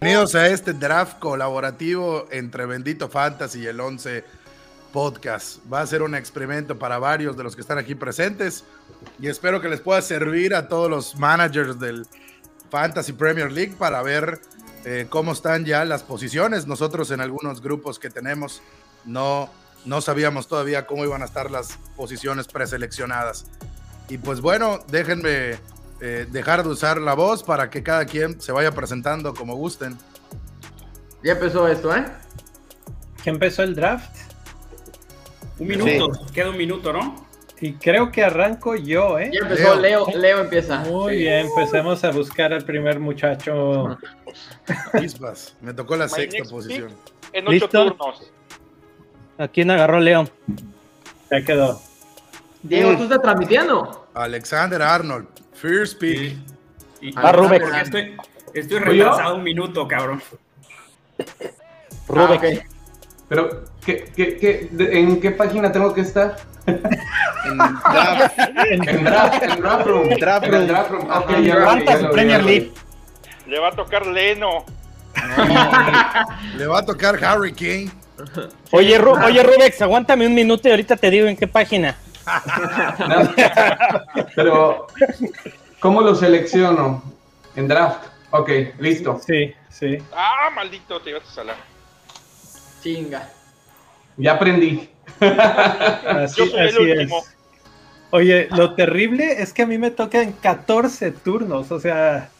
Bienvenidos a este draft colaborativo entre Bendito Fantasy y el 11 Podcast. Va a ser un experimento para varios de los que están aquí presentes y espero que les pueda servir a todos los managers del Fantasy Premier League para ver eh, cómo están ya las posiciones. Nosotros en algunos grupos que tenemos no, no sabíamos todavía cómo iban a estar las posiciones preseleccionadas. Y pues bueno, déjenme eh, dejar de usar la voz para que cada quien se vaya presentando como gusten. Ya empezó esto, ¿eh? Ya empezó el draft. Un minuto, sí. queda un minuto, ¿no? Y creo que arranco yo, ¿eh? Ya empezó Leo, Leo, Leo empieza. Muy sí. bien, empecemos a buscar al primer muchacho. Chispas, me tocó la sexta posición. En ocho ¿Listo? turnos. ¿A quién agarró Leo? Ya quedó. Diego, ¿tú estás transmitiendo? Alexander Arnold. First pick. Y, y, ah, Rubek. Estoy, estoy este retrasado un minuto, cabrón. Rubek. Ah, okay. Pero, ¿qué, qué, qué, de, ¿en qué página tengo que estar? en draft. en draft, en draft room. Draft room. En draft room. Ah, okay, Fantasy Premier League. Le va a tocar Leno. No, le va a tocar Harry King. Oye, Ru Ah, oye, Rubex, aguántame un minuto y ahorita te digo en qué página. No, pero, ¿cómo lo selecciono? En draft. Ok, listo. Sí, sí. Ah, maldito, te ibas a salar. Chinga. Ya aprendí. así, Ah, Yo soy así el último. Es. Oye, lo terrible es que a mí me tocan 14 turnos, o sea.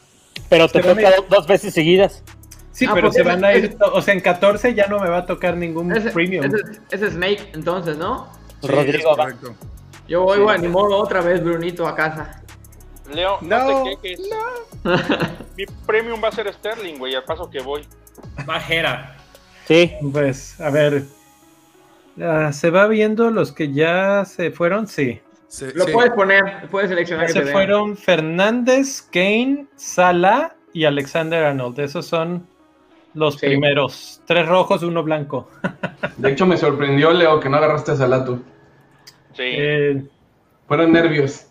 Pero te toca a... dos veces seguidas. Sí, ah, pero se van a ir. O sea, en 14 ya no me va a tocar ningún ese, premium. Ese, es Snake, entonces, ¿no? Sí, Rodrigo, correcto. Yo voy, bueno, ni modo, otra vez, Brunito, a casa. Leo, no, no te quejes. No. Mi premium va a ser Sterling, güey, al paso que voy. Bajera. Sí. Pues, a ver. Ah, ¿Se va viendo los que ya se fueron? Sí. sí Lo sí. puedes poner, puedes seleccionar. Que se te fueron vean. Fernández, Kane, Salah y Alexander Arnold. Esos son los sí. primeros. Tres rojos, uno blanco. De hecho, me sorprendió, Leo, que no agarraste a Salah tú. Sí. Eh, Fueron nervios.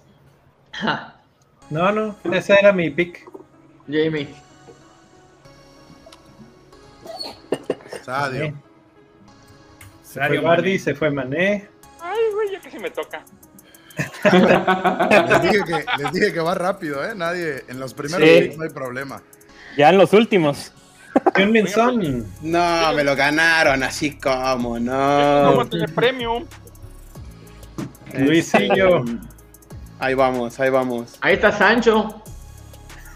No, no, ese era mi pick. Jamie. Sadio. Se fue Bardi, se fue Mané. Ay, güey, ya casi me toca. les, dije que, les, dije que, va rápido, ¿eh? Nadie, en los primeros sí. no hay problema. Ya en los últimos. No, me lo ganaron, así como, no. ¿Cómo tiene premium? Luisillo. Este, Ahí vamos, ahí vamos. Ahí está Sancho.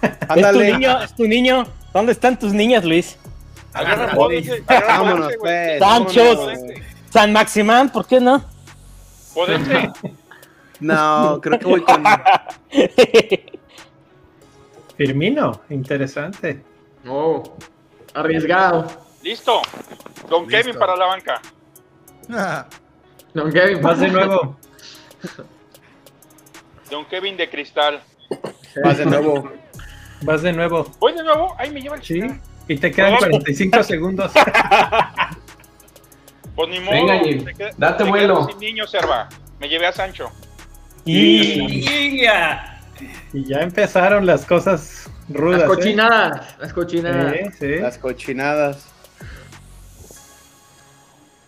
¿Es tu, niño, es tu niño. ¿Dónde están tus niñas, Luis? Agarra, Vámonos, pues. Sancho. San Maximán, ¿por qué no? Podente. No, creo que voy con. ¿Eh? Firmino, interesante. Oh, arriesgado. Listo. Don Listo. Kevin para la banca. Ah. Don Kevin, vas de nuevo. Don Kevin de cristal. Vas de nuevo. Vas de nuevo. Voy de nuevo. Ahí me lleva el Sí. Y te quedan 45 segundos. Pues ni modo. Venga, te queda, date te vuelo. Sin niño, Serva. Me llevé a Sancho. Y... y ya empezaron las cosas rudas. Las cochinadas. ¿eh? Las cochinadas. Sí, sí. Las cochinadas.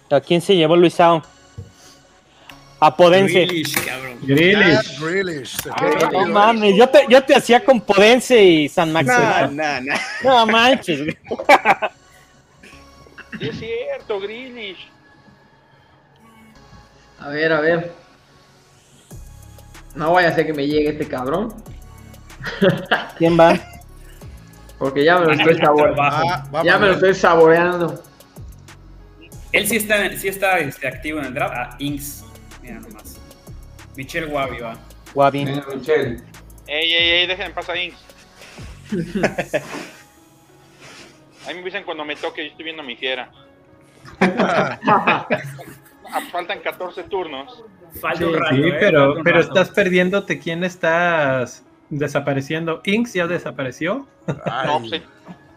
¿A quién se llevó Luisao? a Podense. Grealish, cabrón. Grealish. Grealish. Ah, no mames, yo te, yo te hacía con Podense y San Maximán. No, no, no. No manches. es cierto, Grealish. A ver, a ver. No vaya a ser que me llegue este cabrón. ¿Quién va? Porque ya me lo estoy saboreando. Ah, ya me lo estoy saboreando. Él sí está, sí está este, activo en el draft. Ah, Inks. Mira nomás. Michelle Guavi va. Guavi. Michelle. Ey, ey, ey, dejen pasar ahí. ahí me avisan cuando me toque, yo estoy viendo mi fiera. Ah, Faltan 14 turnos. Falta un rato, sí, eh, pero, un rato. pero estás perdiéndote quién estás desapareciendo. Inks ya desapareció. Ay. no, pues, sí.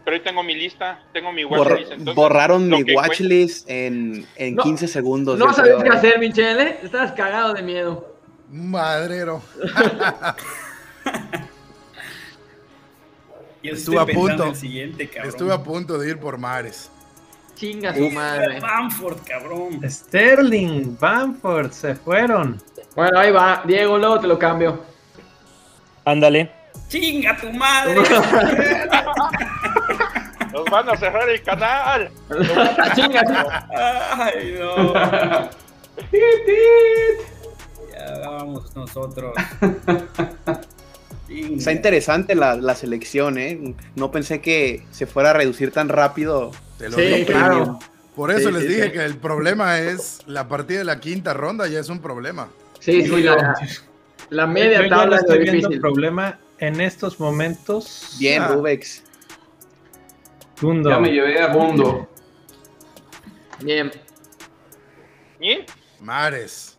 Pero hoy tengo mi lista, tengo mi watchlist. Entonces, borraron mi watchlist en, en no, 15 segundos. No sabías qué hacer, Michelle, ¿eh? Estabas cagado de miedo. Madrero. Yo Estuve a estoy pensando punto. en el siguiente, cabrón. Estuve a punto de ir por Mares. Chinga su madre. Bamford, cabrón. Sterling, Bamford, se fueron. Bueno, ahí va. Diego, luego te lo cambio. Ándale. Chinga tu madre. Nos van a cerrar el canal. Chinga su- Ay, no. Ya vamos nosotros. Chinga. Está interesante la, la selección, ¿eh? No pensé que se fuera a reducir tan rápido. Te lo Sí, dije. claro. Por eso Sí, les sí, dije sí. que el problema es la partida de la quinta ronda, ya es un problema. Sí, sí, la, la Yo media ya no tabla es lo estoy viendo difícil. problema en estos momentos. Bien, Ah. Rubex. Gundo. Ya me llevé a Bundo. Bien. ¿Ñi? Mares.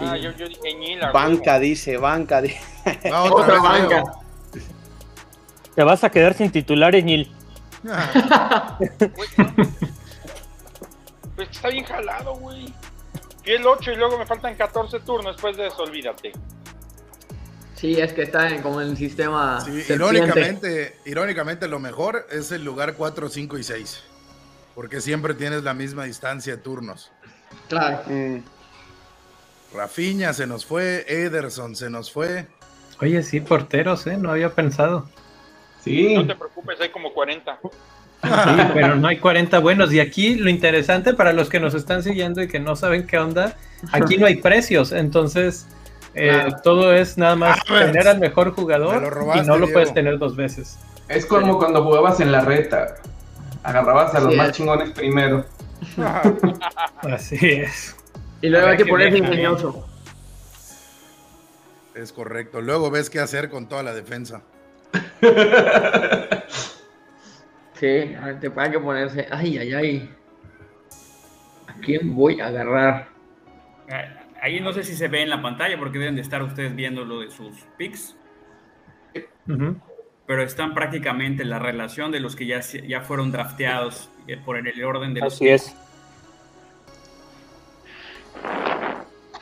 Ah, yo, yo dije ñi la Banca, dice, banca. di- Va Otra otra, vez, banca. Leo. Te vas a quedar sin titulares, Nil. Ah, güey. Güey, Pues está bien jalado, güey. Fui el 8 y luego me faltan 14 turnos después de eso, olvídate. Sí, es que está en, como en el sistema. sí, serpiente. irónicamente, irónicamente, lo mejor es el lugar 4, 5 y 6. Porque siempre tienes la misma distancia de turnos. Claro. Mm. Rafiña se nos fue, Ederson se nos fue. Oye, sí, porteros, ¿eh? No había pensado. Sí. No te preocupes, hay como 40. Sí, pero no hay 40 buenos. Y aquí lo interesante para los que nos están siguiendo y que no saben qué onda, aquí no hay precios. Entonces, eh, Claro. todo es nada más Ah, tener al mejor jugador me lo robaste, y no lo Diego. puedes tener dos veces. Es como cuando jugabas en la reta. Agarrabas a los Sí, más es. chingones primero. Así es. Y luego Habrá hay que que ponerse ver, ¿no? ingenioso. Es correcto. Luego ves qué hacer con toda la defensa. Sí, a ver, te hay que ponerse. Ay, ay, ay. ¿A quién voy a agarrar? Ahí no sé si se ve en la pantalla porque deben de estar ustedes viendo lo de sus picks, Ujú. pero están prácticamente la relación de los que ya, se- ya fueron drafteados eh, por el, el orden de los Así es.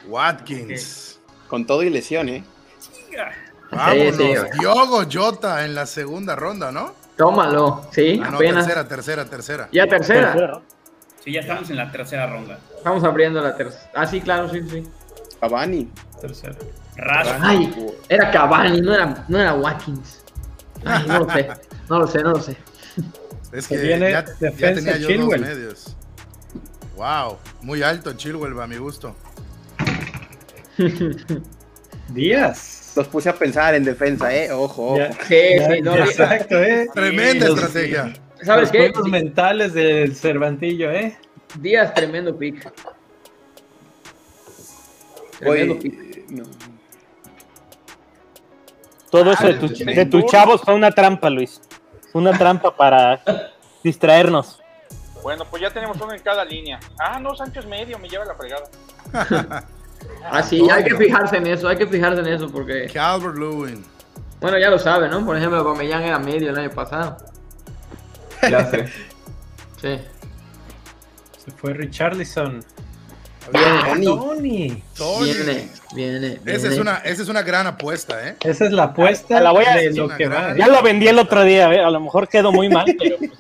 Watkins. Con todo y lesión, ¿eh? Chinga. Vámonos. Sí, sí. Diogo Jota en la segunda ronda, ¿no? Tómalo. Sí, Ah, no, apenas. tercera, tercera, tercera. Ya tercera. Tercera. Sí, ya estamos en la tercera ronda. Vamos abriendo la tercera. Ah, sí, claro, sí, sí. Cavani. Tercera. Ah. Rashford, Ay, era Cavani, no era, no era Watkins. Ay, no lo sé. No lo sé, no lo sé. Es Se que viene ya, ya defensa tenía yo Chilwell. dos medios. Wow, muy alto Chilwell, a mi gusto. Díaz. Los puse a pensar en defensa, ¿eh? Ojo, Oh. ojo. Ya- Sí, ya- sí, no, ya- sí. exacto, ¿eh? Tremenda los- estrategia. ¿Sabes Los qué? juegos mentales del Cervantillo, ¿eh? Díaz, tremendo pick. Tremendo Oye, pick. eh, no. Ah, Todo eso de, tu- Ah, de tus chavos fue una trampa, Luis. Fue una trampa para distraernos. Bueno, pues ya tenemos uno en cada línea. Ah, no, Sánchez medio, me lleva la fregada. Así, Ah, hay que fijarse en eso, hay que fijarse en eso porque, Calvert Lewin. bueno, ya lo sabe, ¿no? Por ejemplo, Bamellán era medio el año pasado. Ya sé. Sí. Se fue Richarlison. Ah, Ah, Tony. Tony. Tony. Viene, viene. Esa viene. es, una, esa es una gran apuesta, ¿eh? Esa es la apuesta La voy a- de es lo una que va. gran- Ya lo vendí el otro día, ¿eh? a lo mejor quedó muy mal, pero pues,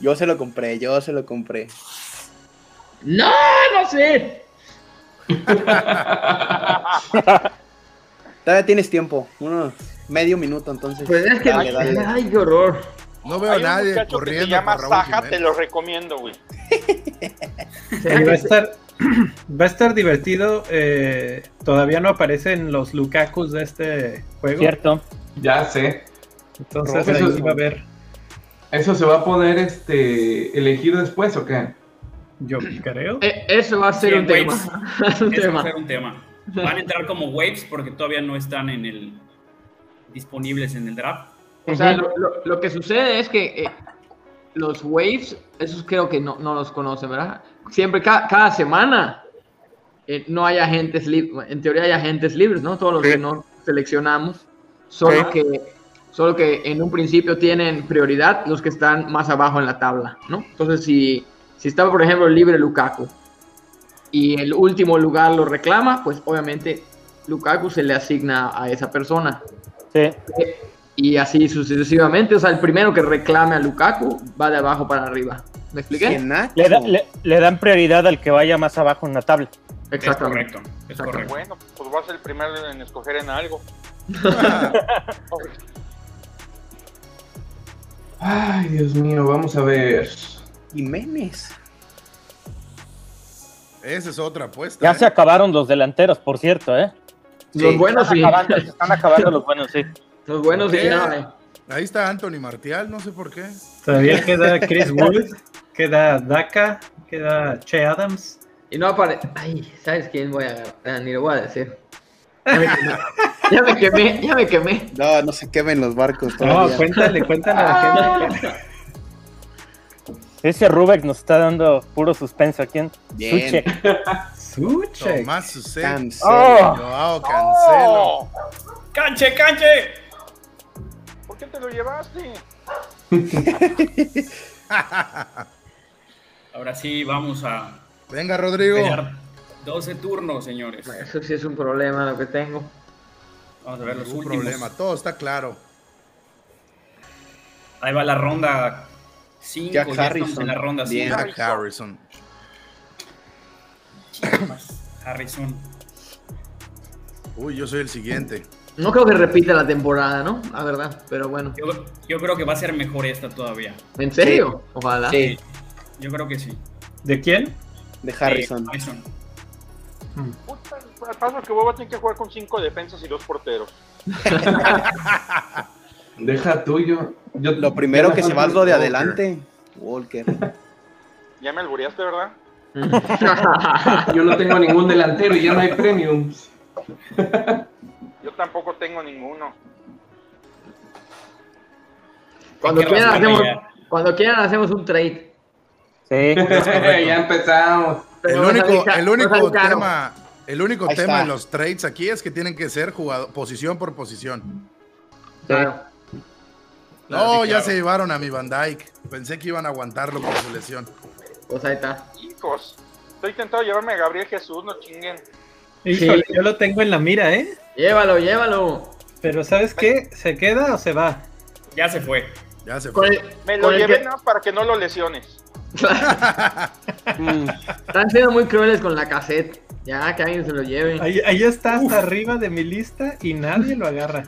Yo se lo compré, yo se lo compré. No, no sé. Todavía tienes tiempo, uno- medio minuto entonces. Pues es que, Dale, dale. ay, qué horror. No veo a Hay un nadie muchacho que se corriendo. llama por Raúl Saja, te Jiménez. lo recomiendo, güey. ¿Será Y va a que- estar, va a estar divertido. eh, todavía no aparecen los Lukakus de este juego. cierto. Ya sé. Entonces Eso ahí es- va a haber, ¿Eso se va a poder este, elegir después o qué? yo creo. Eh, eso va a ser Sí, un güey. tema. un ese va a tema. ser un tema. Van a entrar como waves porque todavía no están en el disponibles en el draft. O sea, lo, lo- lo que sucede es que eh, los waves, esos creo que no, no los conocen, ¿verdad? Siempre, ca- cada semana, eh, no hay agentes libres, en teoría hay agentes libres, ¿no? Todos los que no seleccionamos, solo que solo que en un principio tienen prioridad los que están más abajo en la tabla, ¿no? Entonces, si, si está, por ejemplo, libre Lukaku y el último lugar lo reclama, pues obviamente Lukaku se le asigna a esa persona. Sí. Y así sucesivamente. O sea, el primero que reclame a Lukaku va de abajo para arriba. ¿Me expliqué? Nacho. Le, da- le- le dan prioridad al que vaya más abajo en la tabla. Es Exactamente. correcto. Es Exactamente. correcto. Bueno, pues vas el primero en escoger en algo. Ay, Dios mío, vamos a ver. Jiménez. Esa es otra apuesta. Ya ¿eh? se acabaron los delanteros, por cierto, ¿eh? Los buenos Están sí. acabando, se están acabando los buenos, sí. Los buenos sí. eh. ¿Qué? nada. Ahí está Anthony Martial, no sé por qué. Todavía queda Chris Wood, queda Daka, queda Che Adams. Y no aparece. Ay, ¿sabes quién voy a agarrar? Ah, Ni lo voy a decir. Ya me quemé. Ya me quemé. Ya me quemé. No, no se quemen los barcos No, todavía. Oh, cuéntale, cuéntale Ah. a la gente. Ah. Ese Rubek nos está dando puro suspenso aquí en Bien. Suche. Suche. Tomás Susek. Cancel. Oh. Joao Cancelo. ¡No! ¡Canche, canche! ¿Por qué te lo llevaste? Ahora sí, vamos a Venga, Rodrigo. pelear 12 turnos, señores. Eso sí es un problema lo que tengo. Vamos a ver los Ningún últimos. problema, todo está claro. Ahí va la ronda 5. Jack Pues Ya estamos Harrison. en la ronda Ah, Bien. 5. Jack Harrison. Harrison. Uy, yo soy el siguiente. No creo que repita la temporada, ¿no? La verdad. Pero bueno. Yo, yo creo que va a ser mejor esta todavía. ¿En serio? Ojalá. Sí, Yo creo que sí. ¿De quién? de Harrison. Eh, Harrison. Hmm. Puta, al paso que voy a tener que jugar con cinco defensas y dos porteros. Deja tuyo. Yo, Lo primero que se va es lo de Walker. adelante. Walker. Ya me albureaste, ¿verdad? Yo no tengo ningún delantero y ya no hay premiums. Yo tampoco tengo ninguno. Cuando Hay que quieran, rascarle hacemos, ya. cuando quieran hacemos un trade. Sí. ya empezamos. El Pero va a único, salir ca- el va a único salir caro. tema, el único Ahí tema está. en los trades aquí es que tienen que ser jugado- posición por posición. Claro. Claro, no, sí, ya claro. se llevaron a mi Van Dyke. Pensé que iban a aguantarlo por su lesión. Pues ahí está. Hijos, estoy tentado de llevarme a Gabriel Jesús, no chinguen. Híjole, yo lo tengo en la mira, ¿eh? Llévalo, llévalo. Pero ¿sabes qué? ¿Se queda o se va? Ya se fue. Ya se Con fue. el- Me lo con el llevé que- nada más para que no lo lesiones. Mm. Están siendo muy crueles con la cassette. Ya, que alguien se lo lleve. Ahí, ahí está hasta arriba de mi lista y nadie lo agarra.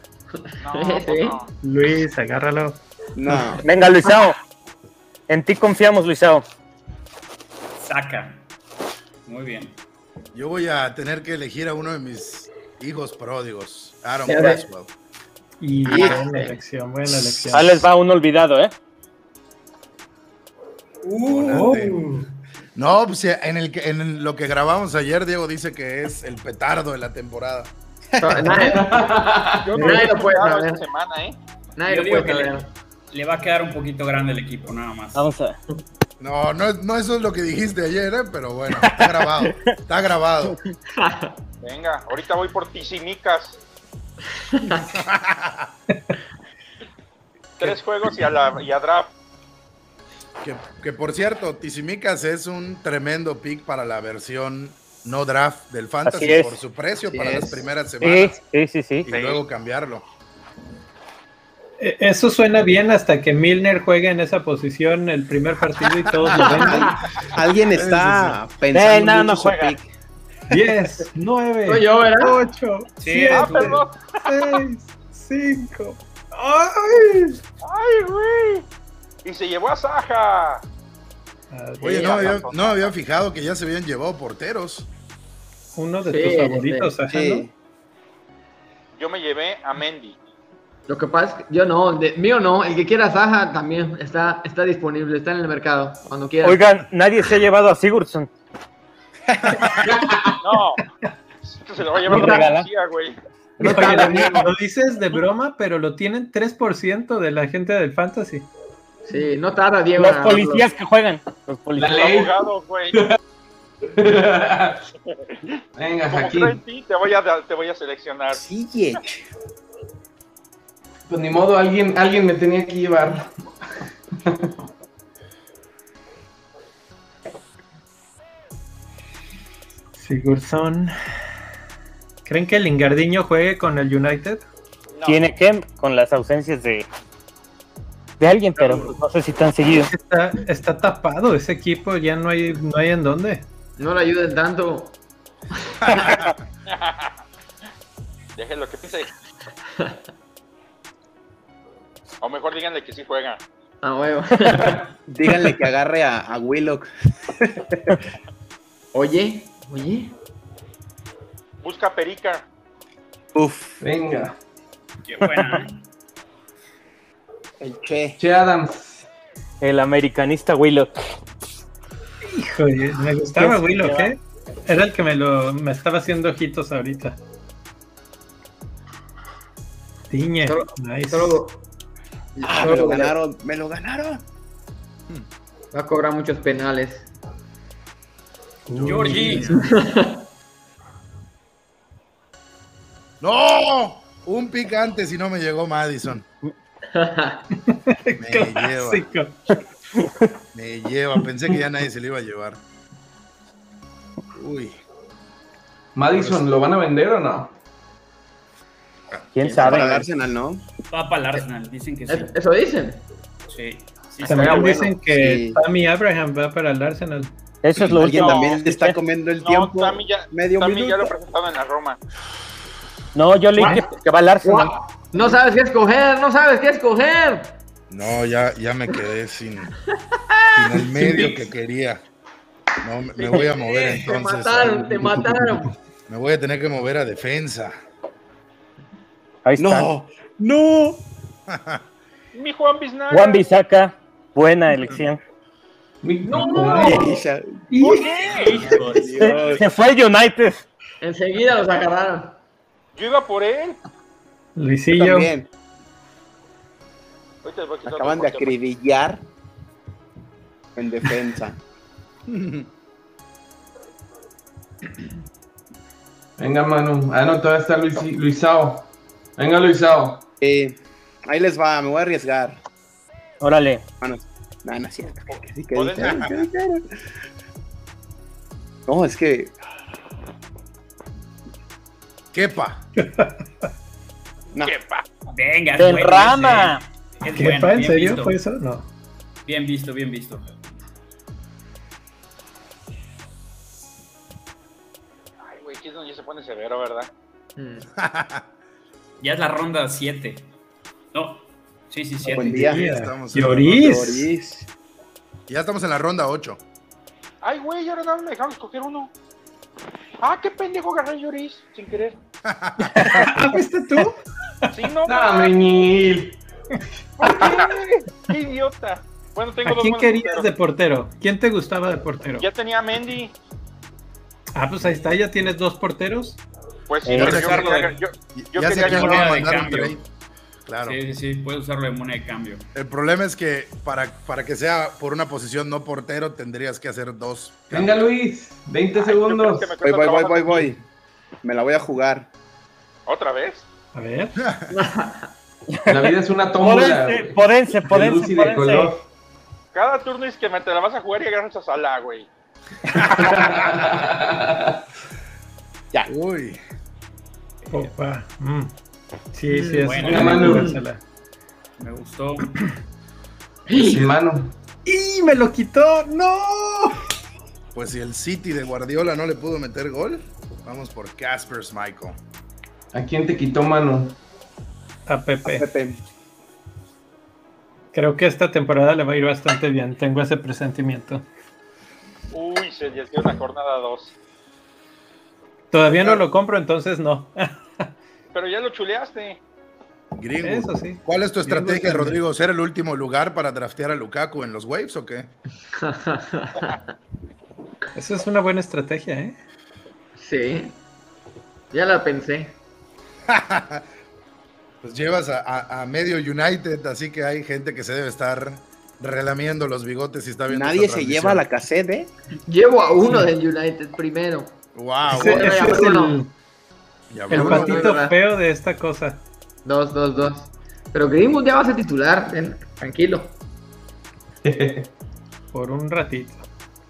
No, Sí. pues no. Luis, agárralo. No. Venga, Luisao. En ti confiamos, Luisao. Saca. Muy bien. Yo voy a tener que elegir a uno de mis hijos pródigos, Aaron Ya ves. Cresswell. Y buena elección, buena elección. Ahí les va uno olvidado, ¿eh? Volante. No, pues en, el, que- en lo que grabamos ayer, Diego dice que es el petardo de la temporada. Nadie, Yo Nadie hubiera lo puede jugado saber. esta semana, ¿eh? nadie Yo lo digo puede que le, saber. le va a quedar un poquito grande el equipo, nada más. Vamos a ver. No, no, no eso es lo que dijiste ayer, ¿eh? pero bueno, está grabado. Está grabado. Venga, ahorita voy por Tisimicas. Tres juegos y a, la, y a draft. Que, que, por cierto, Tizimicas es un tremendo pick para la versión no draft del Fantasy Así es. por su precio Así para las es. primeras Sí, semanas sí, sí, sí. y luego cambiarlo. E- Eso suena bien hasta que Milner juegue en esa posición el primer partido y todos lo vengan. Alguien está Eh, pensando no, mucho no su juega. pick. 10, 9, Soy yo, ¿verdad? 8, Sí, 7, ah, 6, 5. ¡Ay! ¡Ay, güey! Y se llevó a Saja. Oye, Sí, no, ya había, pasó. no había fijado que ya se habían llevado porteros. Uno de Sí, tus favoritos, sí, ajá, este, Sí. Yo me llevé a Mendy. Lo que pasa es que yo no, de- mío no. El que quiera Saja también está, está disponible, está en el mercado. Cuando quiera. Oigan, nadie se ha llevado a Sigurdsson. No. Se lo va a llevar ¿Me la regala? policía, güey. ¿no? Oye, Daniel, lo dices de broma, pero lo tienen 3% de la gente del fantasy. Sí, no tarda Diego. Los en agarrarlo. policías que juegan. Los La policías. ley. Abogado, güey. Venga, Como creo en Jaquín. ti, te voy a, te voy a seleccionar. Sí, Yech. Pues ni modo, alguien, alguien me tenía que llevar. Sigurdsson. ¿Creen que el Lingardiño juegue con el United? tiene que con las ausencias de, de alguien, pero pues, no sé si tan seguido. Está, está tapado ese equipo, ya no hay, no hay en dónde. No le ayuden tanto. Déjenlo que piense. O mejor díganle que sí juega. A huevo. Díganle que agarre a, a Willock. Oye, oye. Busca Perica. Uf, Venga. Qué buena. ¿eh? el Che. Che Adams. El americanista Willock. Hijo, me gustaba Willow, ¿qué? Era el que me lo me estaba haciendo ojitos ahorita. Tiñe, Solo- nice. Solo, Ah, me solo lo ganaron, me lo ganaron. va a cobrar muchos penales. Georgie. ¡No! Un picante si no me llegó Madison. Me lleva, Clásico. me lleva. Pensé que ya nadie se le iba a llevar. Uy. Madison, ¿lo van a vender o no? ¿Quién Para sabe? el Arsenal, ¿no? Va para el Arsenal, dicen que sí. Es- Eso dicen. Sí. sí, sí. También bueno, dicen que sí. Tammy Abraham va para el Arsenal. Eso es lo Alguien último. Eh, también que está escuché. comiendo el No, tiempo. Tami ya, medio Tami ya minuto. lo presentaron en la Roma. No, yo leí que, que va al Arsenal. Guau, No sabes qué escoger, no sabes qué escoger. No, ya, ya me quedé sin, sin el medio que quería. No, me- me voy a mover Te entonces. eh. mataron, te mataron. Me voy a tener que mover a defensa. Ahí está. No, no. Mi Juan Biznaga. Juan Bisaca, buena elección. No, Isha, ¿Por qué? Se, se fue al United. Enseguida los agarraron. Yo iba por él. Luisillo. También. Ahorita les voy a Me quitar acaban de otro porque- acribillar en defensa. Venga, Manu. Ah, no, todavía está Luis, Luisao. Venga, Luisao. Eh, ahí les va, me voy a arriesgar. Órale. Bueno, nada, Ah, no es cierto. que sí, que Joder. dijeron, que dijeron. No, es que Kepa. no, ¿Qué pa- Venga, ¡Del Rama! Es ¿Qué bueno, pa, ¿En bien serio visto. fue eso? No. Bien visto, bien visto. Ay, güey, aquí es donde ya se pone severo, ¿verdad? Mm. Ya es la ronda 7. No. Sí, sí, 7. buen día. Mira, estamos en Lloris. Lloris. Ya estamos en la ronda 8. Ay, güey, ahora no me dejaron escoger uno. Ah, qué pendejo agarré a Lloris, sin querer. Ah, ¿fuiste tú? Sí, no, No, mames, Meñil. ¿por qué? qué idiota. Bueno, tengo ¿A dos quién buenos querías de porteros. portero? ¿Quién te gustaba de portero? Ya tenía a Mendy. Ah, pues ahí está, ya tienes dos porteros. Pues sí, Eh, pero yo, sacarlo quería- de- yo- yo ya sé quería que que van a de mandar un cambio. trade. Claro. Sí, sí, sí, puedes usarlo de moneda de cambio. El problema es que para, para que sea por una posición no portero tendrías que hacer dos. Venga, Luis. 20 segundos. Yo creo que me Voy, Pues cuesta voy, voy, trabajo. voy, voy. Me la voy a jugar. ¿Otra vez? A ver. La vida es una tómbola. Podense, Podense, güey. De luz Podense, y de Podense. color. Cada turno es que me te la vas a jugar y agarras a Salah, güey. Uy. Opa. mm. Sí, sí, es Bueno, una Manu. jugársela. Me gustó. Pues Sin mano. ¡Y me lo quitó! ¡No! Pues si el City de Guardiola no le pudo meter gol, vamos por Caspers Michael. ¿A quién te quitó mano? A Pepe. Pepe. Creo que esta temporada le va a ir bastante bien. Tengo ese presentimiento. Uy, se desvió la jornada 2. Todavía no lo compro, entonces no. Pero ya lo chuleaste. Gringo. Eso sí. ¿Cuál es tu Gringo estrategia, también. Rodrigo? ¿Ser el último lugar para draftear a Lukaku en los Waves o qué? Esa es una buena estrategia, ¿eh? Sí. Ya la pensé. Pues llevas a, a- a medio United, así que hay gente que se debe estar relamiendo los bigotes y está viendo. Nadie se lleva a la cassette, ¿eh? Llevo a uno del United primero. ¡Wow! Ese, bueno, ese ya es uno. el, el bueno, patito bueno. feo de esta cosa. Dos, dos, dos. Pero Greenwood ya va a ser titular. ven, tranquilo. Por un ratito.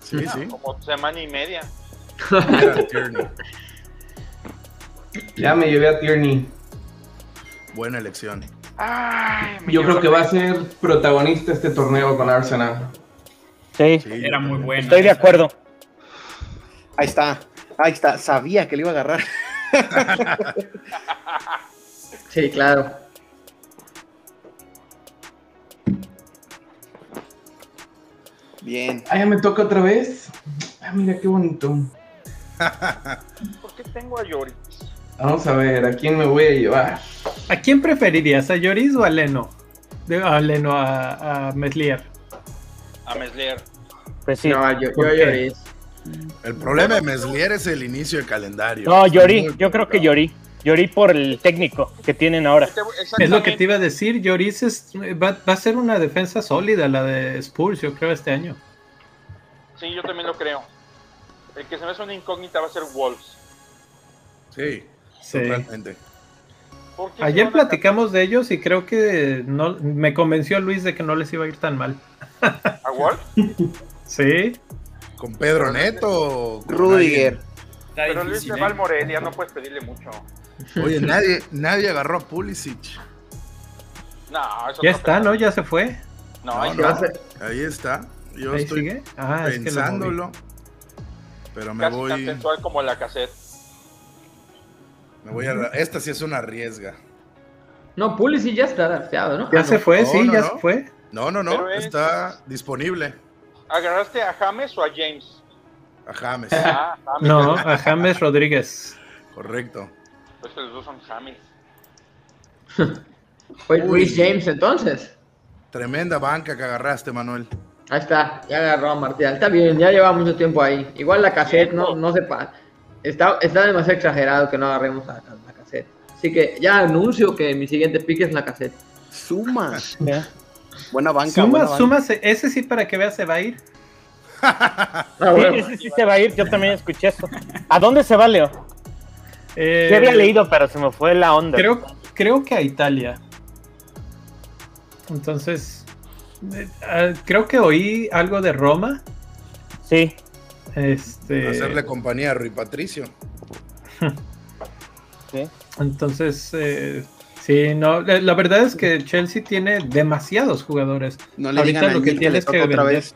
Sí, sí. Como semana y media. Era Tierney. ya me llevé a Tierney. Buena elección. Ay, me Yo llevo creo que la- va a ser protagonista este torneo con Arsenal. Sí, Sí, Era muy bueno. estoy de acuerdo. Ahí está. Ahí está. Sabía que le iba a agarrar. Sí, claro. Bien. Ah, ya me toca otra vez. Ah, mira qué bonito. ¿Por qué tengo a Yori? Vamos a ver, ¿a quién me voy a llevar? ¿A quién preferirías? ¿A Lloris o a Leno? De- a Leno, a, a Meslier. A Meslier. Pues sí. No, yo, yo ¿Por qué? lloré. El problema de Meslier es el inicio de calendario. No, llorí. Muy Yo creo que complicado. llorí. Llorí por el técnico que tienen ahora. Te voy- Es lo que te exactamente. iba a decir. Lloris es- va, va a ser una defensa sólida la de Spurs, yo creo, este año. Sí, yo también lo creo. El que se me hace una incógnita va a ser Wolves. Sí, Sí. totalmente. ¿Por qué se Ayer van a- platicamos de ellos y creo que no, me convenció Luis de que no les iba a ir tan mal. ¿A Wolves? Sí, ¿Con Pedro Neto? o con Rudiger. Está Pero Luis difícil, se ¿eh? va al Morelia, no puedes pedirle mucho. nadie? Oye, nadie, nadie agarró a Pulisic. No, eso ya está, ¿no? Ya se fue. No, ahí No, no. está. Ahí está. Yo Ahí estoy sigue. Ah, es que lo moví. pensándolo. pero me Casi voy, tan sensual como la cassette. me voy a... Esta sí es una riesga. No, Pulisic ya está drafteado, ¿no? Ya Ah, se no. fue, No, sí, no, ya no. se fue. No, no, no. Pero es- Está disponible ¿Agarraste a James o a James? a James. Ah, James. No, a James Rodríguez. Correcto. Pues que los dos son James. Fue Uy. Luis James entonces. Tremenda banca que agarraste, Manuel. Ahí está, ya agarró a Martial. Está bien, ya lleva mucho tiempo ahí. Igual la cassette, no, no se pa- Está, está demasiado exagerado que no agarremos a, a la cassette. Así que ya anuncio que mi siguiente pick es la cassette. Suma. Ya. Buena banca. Suma, buena banca. suma, se- ese sí para que veas se va a ir. Ah, Sí, bueno. ese sí se va a ir. Yo también escuché eso. ¿A dónde se va, Leo? Eh, Sí había leído, pero se me fue la onda. Creo, creo que a Italia. Entonces, eh, ah, creo que oí algo de Roma. Sí. Este, Hacerle compañía a Rui Patricio. sí. Entonces, eh, sí, no, la la verdad es que Chelsea tiene demasiados jugadores. No le Ahorita digan a lo que que, que le tienes que toca otra vender. vez.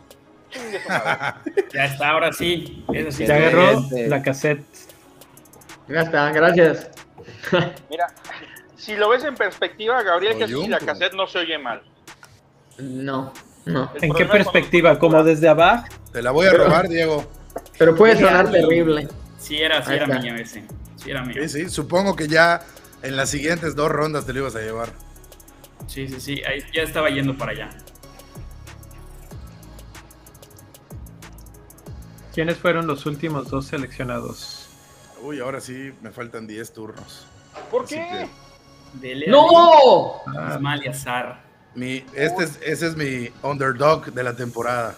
Chingue su madre. Ya está, ahora sí. Eso sí Se está agarró bien. la cassette. Ya está, gracias. Mira, si lo ves en perspectiva, Gabriel, que sí, la Coyunto. cassette no se oye mal. No, no. El ¿En qué problema es cuando- perspectiva? ¿Como desde abajo? Te la voy a robar, Diego. Pero puede Mira. sonar terrible. Sí, era, sí Ahí era está. mío ese. Sí, era mío. Sí, sí. Supongo que ya en las siguientes dos rondas te lo ibas a llevar. Sí, sí, sí. Ahí ya estaba yendo para allá. ¿Quiénes fueron los últimos dos seleccionados? Uy, ahora sí me faltan 10 turnos. ¿Por Así qué? Dele ¡No! a Ismael y Azar. Mi, este es, ese es mi underdog de la temporada.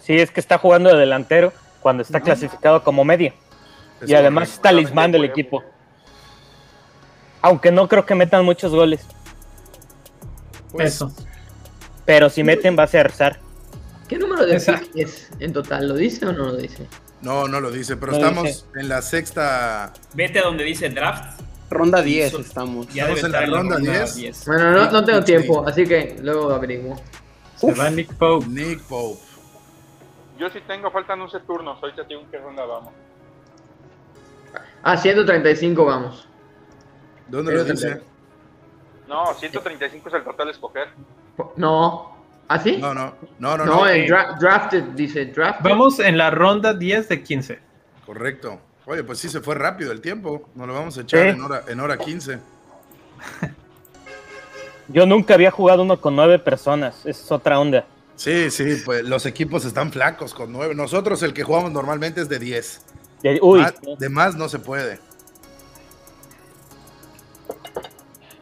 Sí, es que está jugando de delantero cuando está clasificado como media. Es y además es correcto. talismán del equipo. Aunque no creo que metan muchos goles. Pues, Eso. Pero si meten va a ser Sar. ¿Qué número de Esa. pick es en total? ¿Lo dice o no lo dice? No, no lo dice, pero No estamos dice. en la sexta. Vete a donde dice draft. Ronda 10 Su- estamos. Ya Estamos debe en la estar ronda 10. 10. Bueno, no, no tengo Sí. tiempo, así que luego averiguo. Se va Nick Pope. Nick Pope. Yo sí tengo, faltan 11 turnos. Ahorita tengo que ronda vamos. Ah, 135 vamos. ¿Dónde lo Creo que dice? No, 135 es el total de escoger. No. ¿Ah, sí? No, no, no, no. no. No, eh. el dra- drafted dice drafted. Vamos en la ronda 10 de 15. Correcto. Oye, pues sí se fue rápido el tiempo. Nos lo vamos a echar Sí. en, hora, en hora 15. Yo nunca había jugado uno con nueve personas. Es otra onda. Sí, sí, pues los equipos están flacos con 9. Nosotros el que jugamos normalmente es de 10. Ya- Uy, Más- de más no se puede.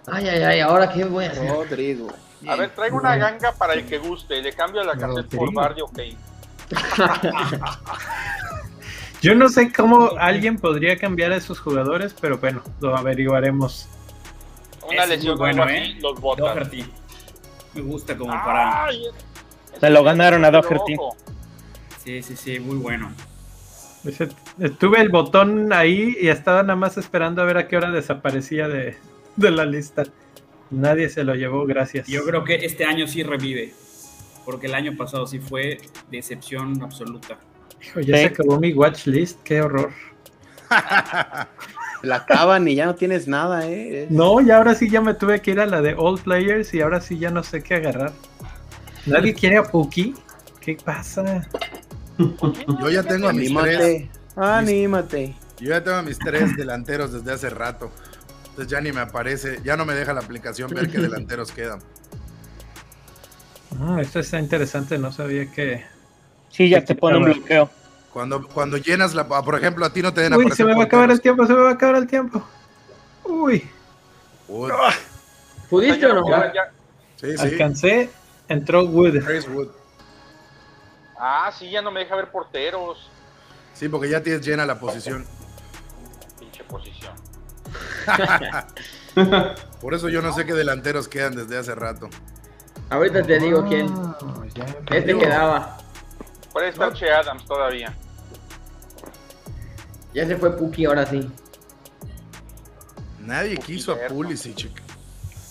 Ay, ay, ay, ahora qué voy a hacer. Rodrigo. A ver, traigo una ganga para el que guste. Le cambio la cassette por Barrio Kane. Yo no sé cómo alguien podría cambiar a esos jugadores, pero bueno, lo averiguaremos. Una Ese es lesión muy bueno, algo así, ¿eh? los botas. Doherty. Me gusta como para. Ay, Se lo ganaron a pero Doherty. ojo, Sí, sí, sí, muy bueno. eh, Ese- Tuve el botón ahí y estaba nada más esperando a ver a qué hora desaparecía de, de la lista. Nadie se lo llevó, gracias. Yo creo que este año sí revive, porque el año pasado sí fue decepción absoluta. Hijo, ya se acabó mi watch list, qué horror. La acaban y ya no tienes nada, ¿eh? No, y ahora sí ya me tuve que ir a la de All Players y ahora sí ya no sé qué agarrar. ¿Nadie quiere a Puki? ¿Qué pasa? Yo ya tengo a mis tres. Anímate. Anímate. Yo ya tengo a mis tres delanteros desde hace rato. Entonces ya ni me aparece, ya no me deja la aplicación ver qué delanteros quedan. Ah, esto está interesante, no sabía que... Sí, ya te pone un bloqueo. Cuando, cuando llenas la. Por ejemplo, a ti no te den Uy, se me va a acabar el tiempo, se me va a acabar el tiempo. Uy, Ah. ¿Pudiste o no? Ya, ya. Sí, sí. alcancé, entró Wood. Chris Wood. Ah, sí, ya no me deja ver porteros. Sí, porque ya tienes llena la posición. Pinche posición. Por eso yo no sé qué delanteros quedan desde hace rato. Ahorita te digo quién. Ah, ya. Este quedaba. Puede estar Che Adams todavía. Ya se fue Puki ahora sí. Nadie quiso a Pulisic.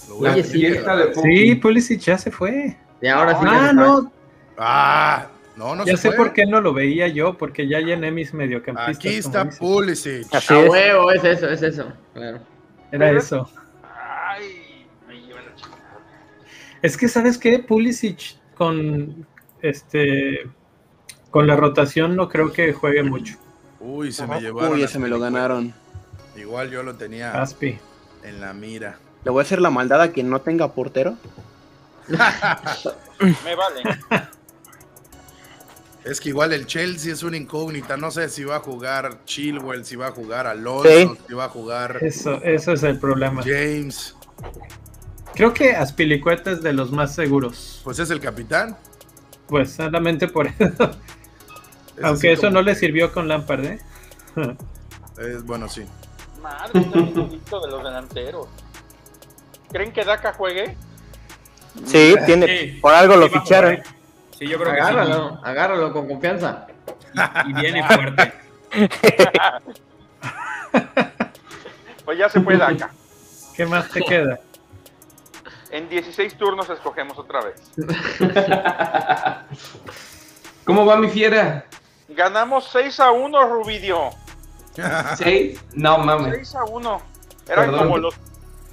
Lo voy a La Oye, sí, tener que fiesta agarrar. Sí, de Puki. Pulisic ya se fue. Y ahora sí. ya Ah, se no, Ah, no, no ya se sé puede. por qué no lo veía yo, porque ya llené mis mediocampistas. Aquí como está dices. Pulisic. Ah, Así sabe. A es. huevo, es eso, es eso. Claro. Era eso. Ay, me lleva la chingada. Es que, ¿sabes qué? Pulisic con este con la rotación no creo que juegue mucho. Uy, se me llevaron. Uy, a ese me lo Pulisic. ganaron. Igual yo lo tenía Aspi. en la mira. Le voy a hacer la maldad a quien no tenga portero. Me vale. Es que igual el Chelsea es una incógnita. No sé si va a jugar Chilwell, si va a jugar Alonso, Sí. si va a jugar Eso, eso es el problema. James. Creo que Aspilicueta es de los más seguros. Pues es el capitán. Pues solamente por eso. Es así Aunque eso como no le que- sirvió con Lampard, ¿eh? es- bueno, sí. Madre, está bien poquito de los delanteros. ¿Creen que Daka juegue? Sí, tiene. Sí. Por algo lo Sí, va a ficharon. jugar, ¿eh? Sí, yo creo que sí. Agárralo, agárralo con confianza. Y, y viene fuerte. Pues ya se fue Daka. ¿Qué más te queda? En 16 turnos escogemos otra vez. ¿Cómo va mi fiera? Ganamos 6 a 1, Rubidio. ¿Seis? No mames. 6 a 1. Eran Perdón. como los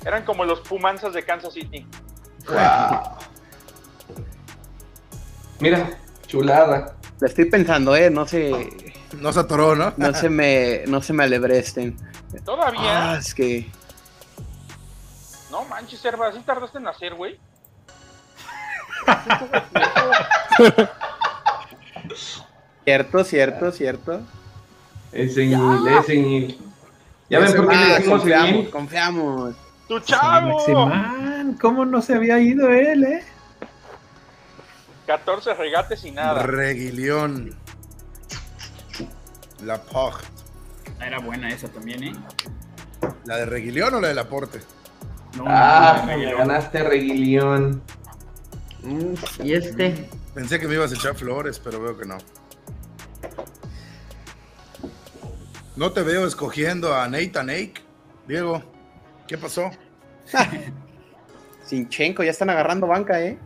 eran como los pumanzas de Kansas City. Wow. Mira, chulada. La estoy pensando, ¿eh? No se, No se atoró, ¿no? no se me, no se me alebresten. Todavía. Ah, es que No manches, Serva, ¿sí tardaste en nacer, güey? cierto, cierto, cierto. Es Eñil, es Eñil. Ya ven por qué le Ah, decimos confiamos, Eñil. confiamos. ¡Tu chavo! Maximán, ¿cómo no se había ido él, eh? 14 regates y nada. Reguilión. La Pog. Ah, Era buena esa también, ¿eh? ¿La de Reguilión o la del aporte? Mm, No, Ah, no, no, me no. ganaste Reguilión. Mm, Y este. Pensé que me ibas a echar flores, pero veo que no. No te veo escogiendo a Nathan Ake. Diego, ¿qué pasó? Sinchenko, ya están agarrando banca, ¿eh?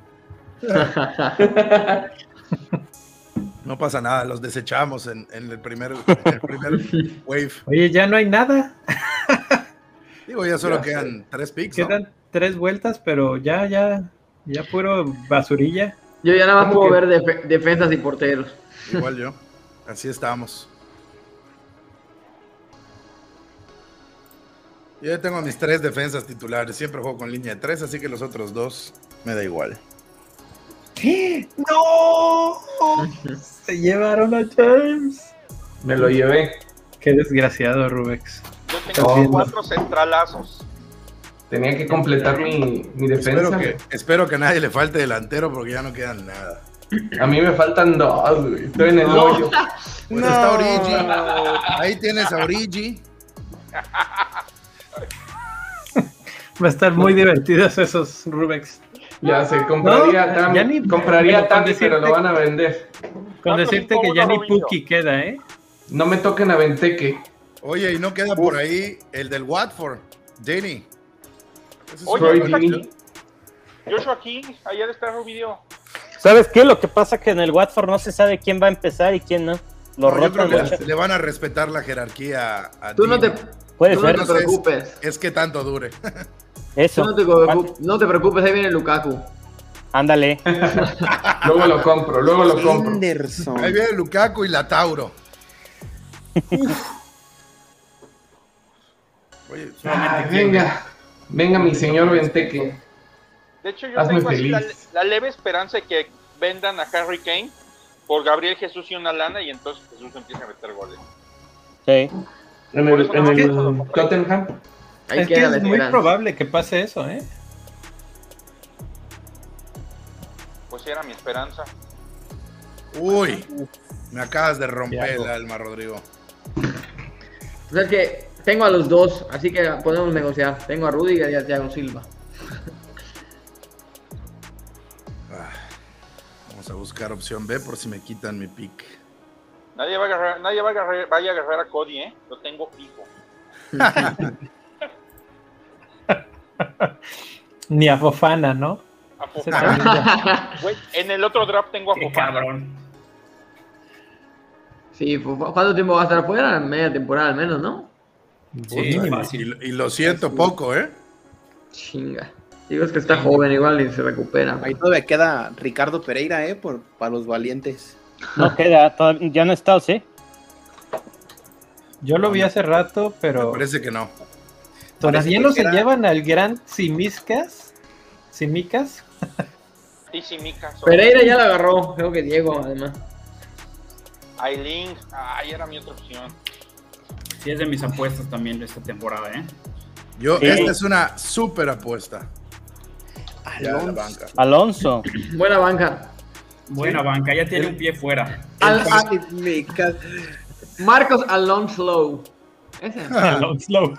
No pasa nada, los desechamos en, en el, primer, en el primer wave. Oye, ya no hay nada. Digo, ya solo Ya sé. quedan tres picks. ¿no? Quedan tres vueltas, pero ya, ya, ya puro basurilla. Yo ya nada más ¿Cómo puedo ver def- defensas y porteros. Igual yo. Así estamos. Yo ya tengo a mis tres defensas titulares. Siempre juego con línea de tres, así que los otros dos me da igual. ¡No! Se llevaron a James. Me lo llevé. Qué desgraciado, Rubex. Yo tengo Oh. cuatro centralazos. Tenía que completar mi, mi defensa. Espero que, espero que a nadie le falte delantero porque ya no quedan nada. A mí me faltan dos, güey. Estoy en el hoyo. Pues está Origi. Ahí tienes a Origi. Va a estar muy divertidos esos Rubex. Ya se compraría No, a Tami. ya ni- compraría pero a con Tami, pero lo decirte- van a vender. Con Cuatro, decirte cinco, que uno, ya ni Robinho. Puki queda, ¿eh? No me toquen a Venteque. Oye, y no queda por ahí el del Watford, Danny. Esa es Oye, una Troy buena Dini. opción. Joshua King, ayer está video. ¿Sabes qué? Lo que pasa es que en el Watford no se sabe quién va a empezar y quién no. Lo No, yo creo rotan que mucho. le- le van a respetar la jerarquía a Tú no te, Dini. tú Puede no ser. te preocupes. Es que tanto dure. Tú Eso. Ah, no te, preocup- no te preocupes, ahí viene Lukaku. Ándale. Luego lo compro, luego lo compro. Henderson. Ahí viene Lukaku y la Tauro. Uf. Oye, Ah, venga, venga mi señor Venteque. De hecho, yo Hazme tengo así la, feliz. la leve esperanza de que vendan a Harry Kane por Gabriel Jesús y una lana y entonces Jesús empieza a meter goles. Sí. En el, en el Tottenham. Ahí es que queda la es muy esperanza. probable que pase eso, ¿eh? Pues sí, era mi esperanza. Uy, me acabas de romper el alma, Rodrigo. O sea, es que tengo a los dos, así que podemos negociar. Tengo a Rudiger y a Thiago Silva. Ah, Vamos a buscar opción B por si me quitan mi pick. Nadie va a agarrar, nadie va a agarrar, vaya a agarrar a Cody, ¿eh? Lo tengo fijo. Ni a Fofana, ¿no? A Ese Fofana. también ya. Güey, en el otro draft tengo a Qué Fofana. cabrón. Sí, pues, ¿cu- ¿cuánto tiempo va a estar fuera? Media temporada al menos, ¿no? Sí, Mínimo. Y, fácil. y lo siento poco, ¿eh? Chinga. Digo, es que está joven igual y se recupera. Ahí todavía queda Ricardo Pereira, ¿eh? Por, para los valientes. No queda. todav- Ya no está, ¿sí? Yo lo vi hace rato, pero Parece que no. todavía parece no que se era- llevan al gran Simiscas. Simicas. Y si Mika, sobre- Pereira ya la agarró, creo que Diego, además. Aileen. Ay, era mi otra opción. Sí, es de mis apuestas también de esta temporada, ¿eh? Yo, Sí. Esta es una súper apuesta. Ya de la Alonso. banca. Alonso. Buena banca. Buena banca, ya tiene un pie fuera. Al- a- Ay, me ca- Marcos Alonso Low. Ese. Ah, Alonso.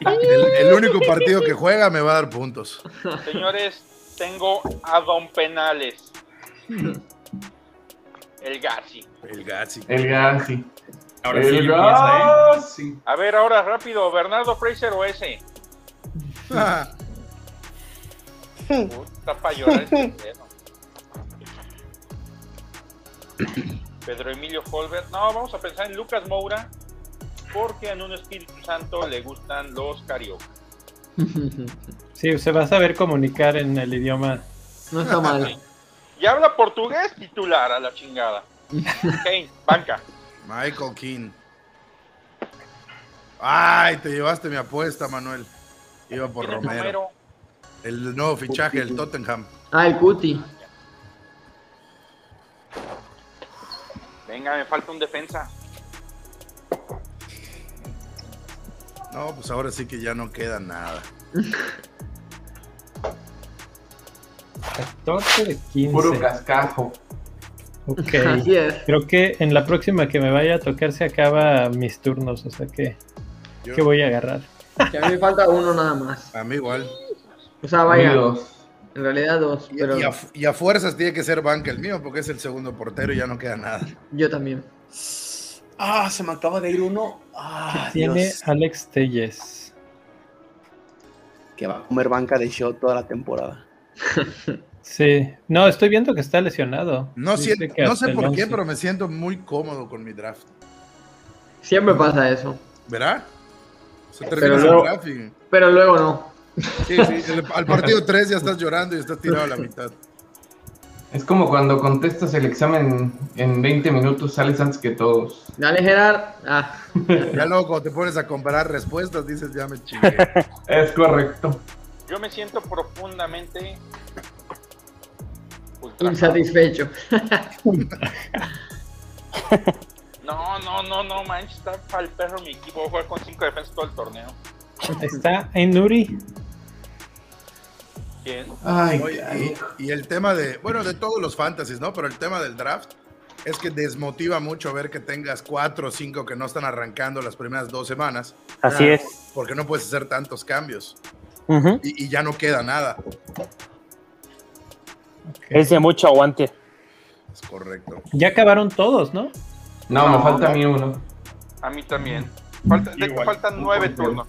El, el único partido que juega me va a dar puntos. Señores, tengo a Don Penales. El Gassi. El Gatsi. El Gassi. Ahora sí El empieza, ¿eh? Gassi. A ver, ahora rápido, Bernardo Fraser o ese. Ah, Puta, pa' llorar este pedo. Pedro Emilio Holbert. No, vamos a pensar en Lucas Moura. Porque en un Espíritu Santo le gustan los karaoke. Sí, se va a saber comunicar en el idioma. No está mal. Y habla portugués titular a la chingada. Kane, banca. Michael King. Ay, te llevaste mi apuesta, Manuel. Iba por Tienes Romero. Romero. El nuevo fichaje del Tottenham. Ah, el Cuti. Venga, me falta un defensa. No, pues ahora sí que ya no queda nada. 14 de 15. Puro cascajo. Ok. Así es. Creo que en la próxima que me vaya a tocar se acaba mis turnos, o sea que Yo- ¿qué voy a agarrar? Que a mí me falta uno nada más. a mí igual. O sea, Ah, vaya. Unidos. En realidad dos, Y, pero y a, y a fuerzas tiene que ser banca el mío porque es el segundo portero y ya no queda nada. yo también. Ah, se me acaba de ir uno. Ah, Tiene Dios. Alex Telles. Que va a comer banca de show toda la temporada. Sí, no, estoy viendo que está lesionado. No, Dice siento- que no hasta sé el por qué, 11. pero me siento muy cómodo con mi draft. Siempre pasa eso. ¿Verá? Se Pero termina el luego- draft y- Pero luego no. Sí, sí, el- al partido 3 ya estás llorando y estás tirado a la mitad. Es como cuando contestas el examen en 20 minutos, sales antes que todos. Dale, Gerard. Ah, Ya luego cuando te pones a comparar respuestas dices, ya me chingué. Es correcto. Yo me siento profundamente ultrajado. insatisfecho. No, no, no, no, manches, está para el perro mi equipo. Voy a jugar con cinco defensas todo el torneo. Está en Nuri. Bien. Ay, Oye, y, y el tema de, bueno, de todos los fantasies, ¿no? Pero el tema del draft es que desmotiva mucho ver que tengas cuatro o cinco que no están arrancando las primeras dos semanas, Así Ah. es. porque no puedes hacer tantos cambios Ujú. y, y ya no queda nada. Es de mucho aguante. Es correcto. Ya acabaron todos, ¿no? No, me falta a mí uno. A mí también. Falta- de- Igual. faltan nueve turnos.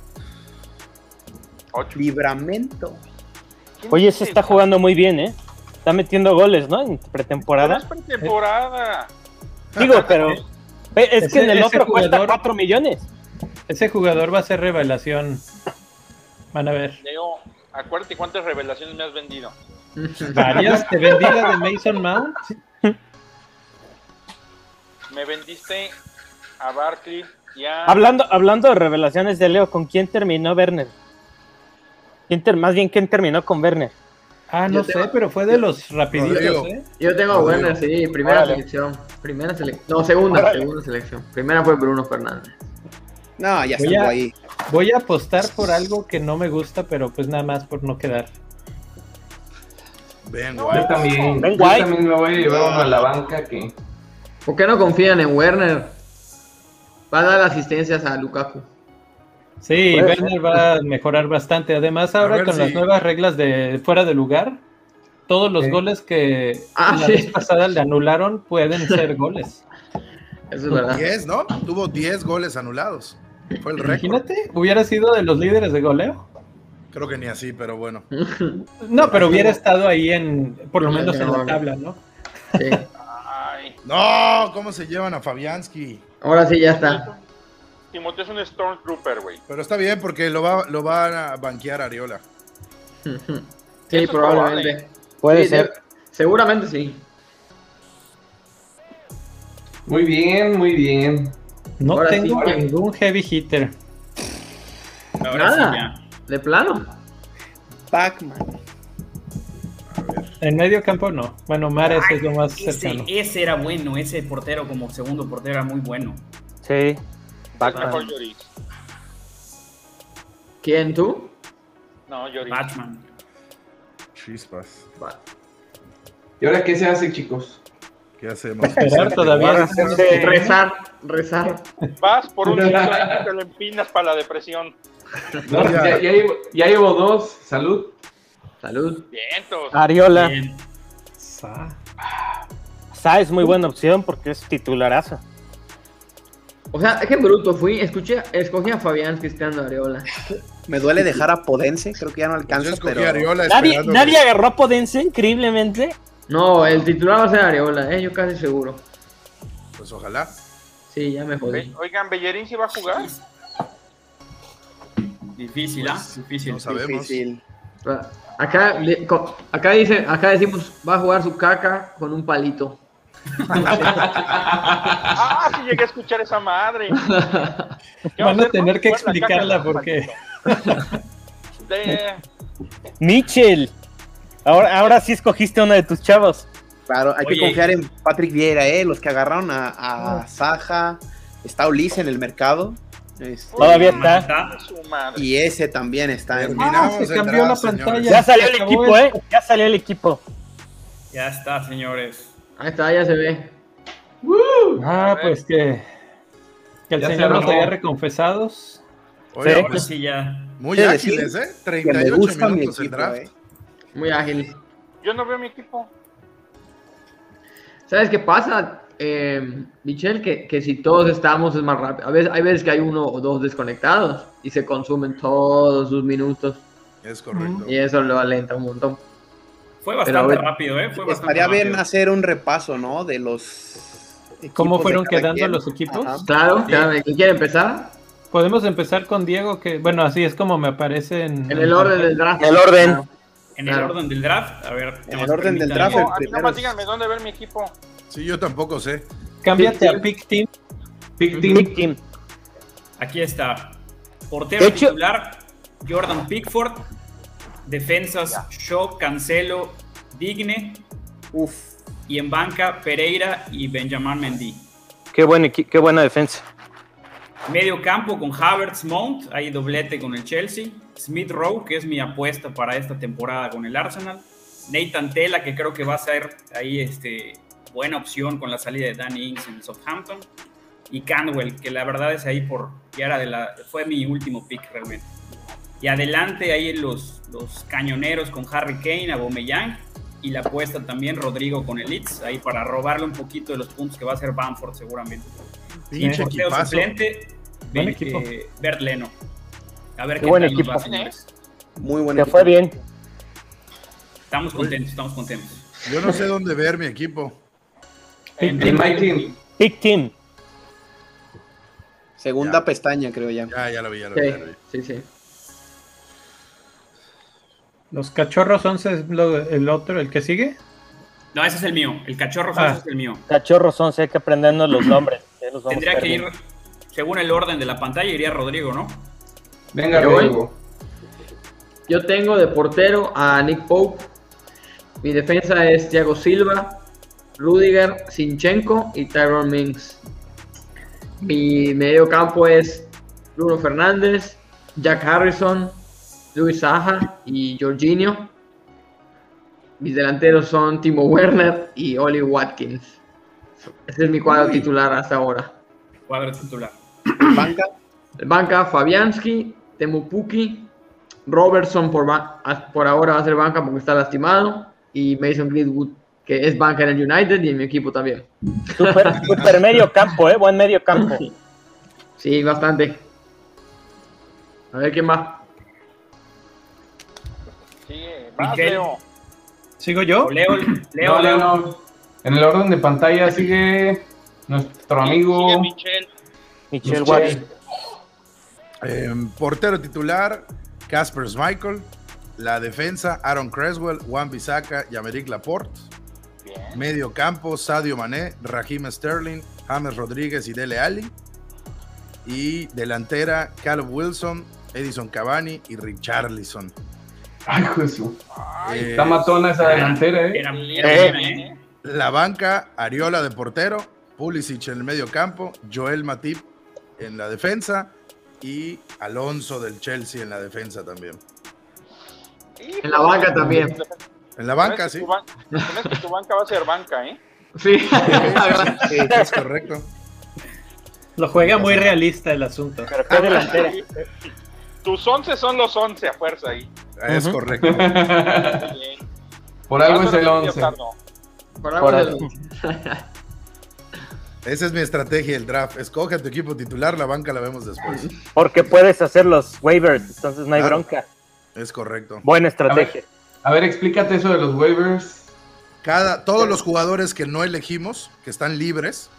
Ocho. Libramento. Oye, se está jugando muy bien, ¿eh? Está metiendo goles, ¿no? En Pero es pretemporada. pretemporada. Digo, pero. eh, Es que en el Ese- ese otro cuesta jugador- 4 millones. Ese jugador va a ser revelación. Van a ver. Leo, acuérdate cuántas revelaciones me has vendido. Varias. Te vendí la de Mason Mount. Me vendiste a Barkley y a. Hablando, hablando de revelaciones de Leo, ¿con quién terminó Werner? ¿Quién ter- más bien, ¿quién terminó con Werner? Ah, no Yo tengo- sé, pero fue de los rapiditos, Rodrigo. ¿eh? Yo tengo a Werner, sí, primera Órale. selección. Primera selección. No, segunda, segunda selección. Primera fue Bruno Fernández. No, ya Voy estuvo a- ahí. Voy a apostar por algo que no me gusta, pero pues nada más por no quedar. Ven, Yo guay. también, Ben yo White. también me voy a llevar uno a la banca que ¿Por qué no confían en Werner? Va a dar asistencias a Lukaku. Sí, Puede ser. Werner va a mejorar bastante. Además, A ahora ver con si- las nuevas reglas de fuera de lugar, todos los Sí. goles que Ah, la sí. vez pasada le anularon pueden ser goles. Eso es verdad. 10, ¿no? Tuvo 10 goles anulados. Fue el récord. Imagínate, hubiera sido de los líderes de goleo. Creo que ni así, pero bueno. No, pero hubiera estado ahí en, por lo Sí, menos en la ahora. tabla, ¿no? Sí. Ay, No, ¿cómo se llevan a Fabianski? Ahora sí ya está. Timoteo es un Stormtrooper, güey. Pero está bien porque lo va, lo va a banquear Ariola. Sí, es probablemente. Puede Sí, ser. de- Seguramente sí. Muy bien, muy bien. No Ahora sí, tengo ahora- ningún heavy hitter. Ahora sí Nada. ya. De plano. Pac-Man. En medio campo no. Bueno, Mares Ay, es lo más ese, cercano. ese era bueno, ese portero como segundo portero era muy bueno. Sí. Pac-Man. Mejor Lloris. ¿Quién tú? No, Lloris. Batman. Chispas. Va. ¿Y ahora qué se hace, chicos? ¿Qué hacemos? Esperar todavía. Guarda, estamos- Sí. Rezar, rezar. Vas por un ciclo y te lo empinas para la depresión. No, Ya. ya, ya llevo, ya llevo dos. Salud. Salud. Vientos. Ah. Ariola. Bien. Sa- Sa es muy buena opción porque es titularazo. O sea, qué bruto fui. Escuché, escogí a Fabián Cristiano Areola. Me duele dejar a Podense, creo que ya no Yo alcanza, escogí a pero. Ariola Nadie, esperando- nadie agarró a Podense, increíblemente. No, el titular va a ser Areola, eh, yo casi seguro. Pues ojalá. Sí, ya me jodí. Ve- Oigan, Bellerín si va a jugar. Difícil, ¿ah? Difícil. No sabemos. Difícil. Va. Acá, le- co- acá dice, acá decimos, va a jugar su caca con un palito. Ah, sí llegué a escuchar esa madre. ¿Qué va Van a hacer? tener que Jugar la explicarla caca con porque palito. De- Mitchell. Ahora, ahora sí escogiste uno de tus chavos. Claro, hay Oye. que confiar en Patrick Vieira, ¿eh? Los que agarraron a, a Saja. Está Ulises en el mercado. este, Todavía está. Está. su madre. y ese también está en. Terminamos Ah, se el cambió la draft, señores. pantalla. Ya salió el acabó equipo, ¿eh? esto. Ya salió el equipo. Ya está, señores. Ahí está, ya se ve. Ah, pues que, que el Ya se Señor nos armó. haya reconfesados. Oye, Sí. pues, Ahora sí ya. muy Quiere ágiles, ¿eh? Que me 38 gusta mi minutos el equipo, draft. ¿eh? Muy ágil. Yo no veo mi equipo. ¿Sabes qué pasa, eh, Michelle? Que, que si todos estamos es más rápido. A veces, hay veces que hay uno o dos desconectados y se consumen todos sus minutos Es correcto. y eso lo alenta un montón. Fue a bastante ver, rápido, ¿eh? Fue bastante Estaría bien rápido. hacer un repaso, ¿no? De los. ¿Cómo equipos fueron de cada quedando quien. los equipos? Ajá. Claro, claro, ¿quién quiere empezar? Podemos empezar con Diego, que bueno, así es como me aparece en, En el orden del draft. Ah, En el orden. En el Claro. orden del draft, a ver. En el orden del draft, No, a mí primero nomás es- díganme dónde ver mi equipo. Sí, yo tampoco sé. Cámbiate a Pick Team. Pick Big Team. team. Aquí está. Portero De hecho- titular, Jordan Pickford. Defensas, Shaw, Cancelo, Digne. Uf. Y en banca, Pereira y Benjamin Mendy. Qué, buen equi- qué buena defensa. Medio campo con Havertz, Mount. Ahí doblete con el Chelsea. Smith Rowe, que es mi apuesta para esta temporada con el Arsenal. Nathan Tela, que creo que va a ser ahí este, buena opción con la salida de Danny Ings en Southampton. Y Canwell, que la verdad es ahí por. Ya era de la, fue mi último pick realmente. Y adelante ahí los, los cañoneros con Harry Kane, Aubameyang y la apuesta también Rodrigo con el Leeds, ahí para robarle un poquito de los puntos que va a hacer Bamford seguramente. Pinche Portero equipazo. suplente, Buen Ben- equipo. eh, Bert Leno. A ver Qué qué, buen tal nos equipo. va, señores. Muy buen Te equipo. fue bien. Estamos contentos, estamos contentos. Yo no sé dónde ver mi equipo. Pick El team. My Team. Pick team. Segunda Ya. pestaña, creo ya. Ya, ya lo vi, ya lo vi. Sí, ya lo vi. sí, sí. Los cachorros 11 es lo- el otro, el que sigue. No, ese es el mío. El cachorro Ah. Fonso es el mío. Cachorros 11, hay que aprendernos los nombres. ya los vamos Tendría que ir, perdiendo. según el orden de la pantalla, iría Rodrigo, ¿no? Venga, Yo voy. Rodrigo. Yo tengo de portero a Nick Pope. Mi defensa es Thiago Silva, Rudiger, Sinchenko y Tyron Mings. Mi medio campo es Bruno Fernández, Jack Harrison, Luis Saja y Jorginho. Mis delanteros son Timo Werner y Oli Watkins. Ese es mi cuadro titular hasta ahora. Cuadro titular. Banca, Banca Fabianski, Temupuki, Robertson por, ba- a- por ahora va a ser banca porque está lastimado y Mason Greenwood que es banca en el United y en mi equipo también. Super, super medio campo, ¿eh? Buen medio campo. Sí, bastante. A ver quién más. Sí, más Miguel. Leo. ¿Sigo yo? O Leo, Leo, No, Leo. no, no. En el orden de pantalla sigue nuestro Sigue amigo. Michel. Michelle Michel. Watson. Em, portero titular, Casper Michael. La defensa, Aaron Creswell, Juan Bisaca y Americ Laporte. Bien. Medio campo, Sadio Mané, Raheem Sterling, James Rodríguez y Dele Alli. Y delantera, Caleb Wilson, Edison Cavani y Richarlison. Ay, Jesús. Eh, Está matona esa delantera, eh. Era, era Eh. buena, ¿eh? La banca, Ariola de portero, Pulisic en el medio campo, Joel Matip en la defensa y Alonso del Chelsea en la defensa también. En la banca también. En la Con banca, esto sí. tu ban- con esto tu banca va a ser banca, ¿eh? Sí. Es correcto. Lo juega muy realista el asunto. Pero qué delantera. Tus 11 son los 11 a fuerza ahí. Es Ujú. correcto. Bien. Por algo Vas es a el repetir, 11. Ricardo. Por Por ahora- algo. Esa es mi estrategia, el draft. Escoge a tu equipo titular, la banca la vemos después. Porque puedes hacer los waivers, entonces no hay Claro. bronca. Es correcto. Buena estrategia. A ver, explícate eso de los waivers. Cada, todos los jugadores que no elegimos, que están libres,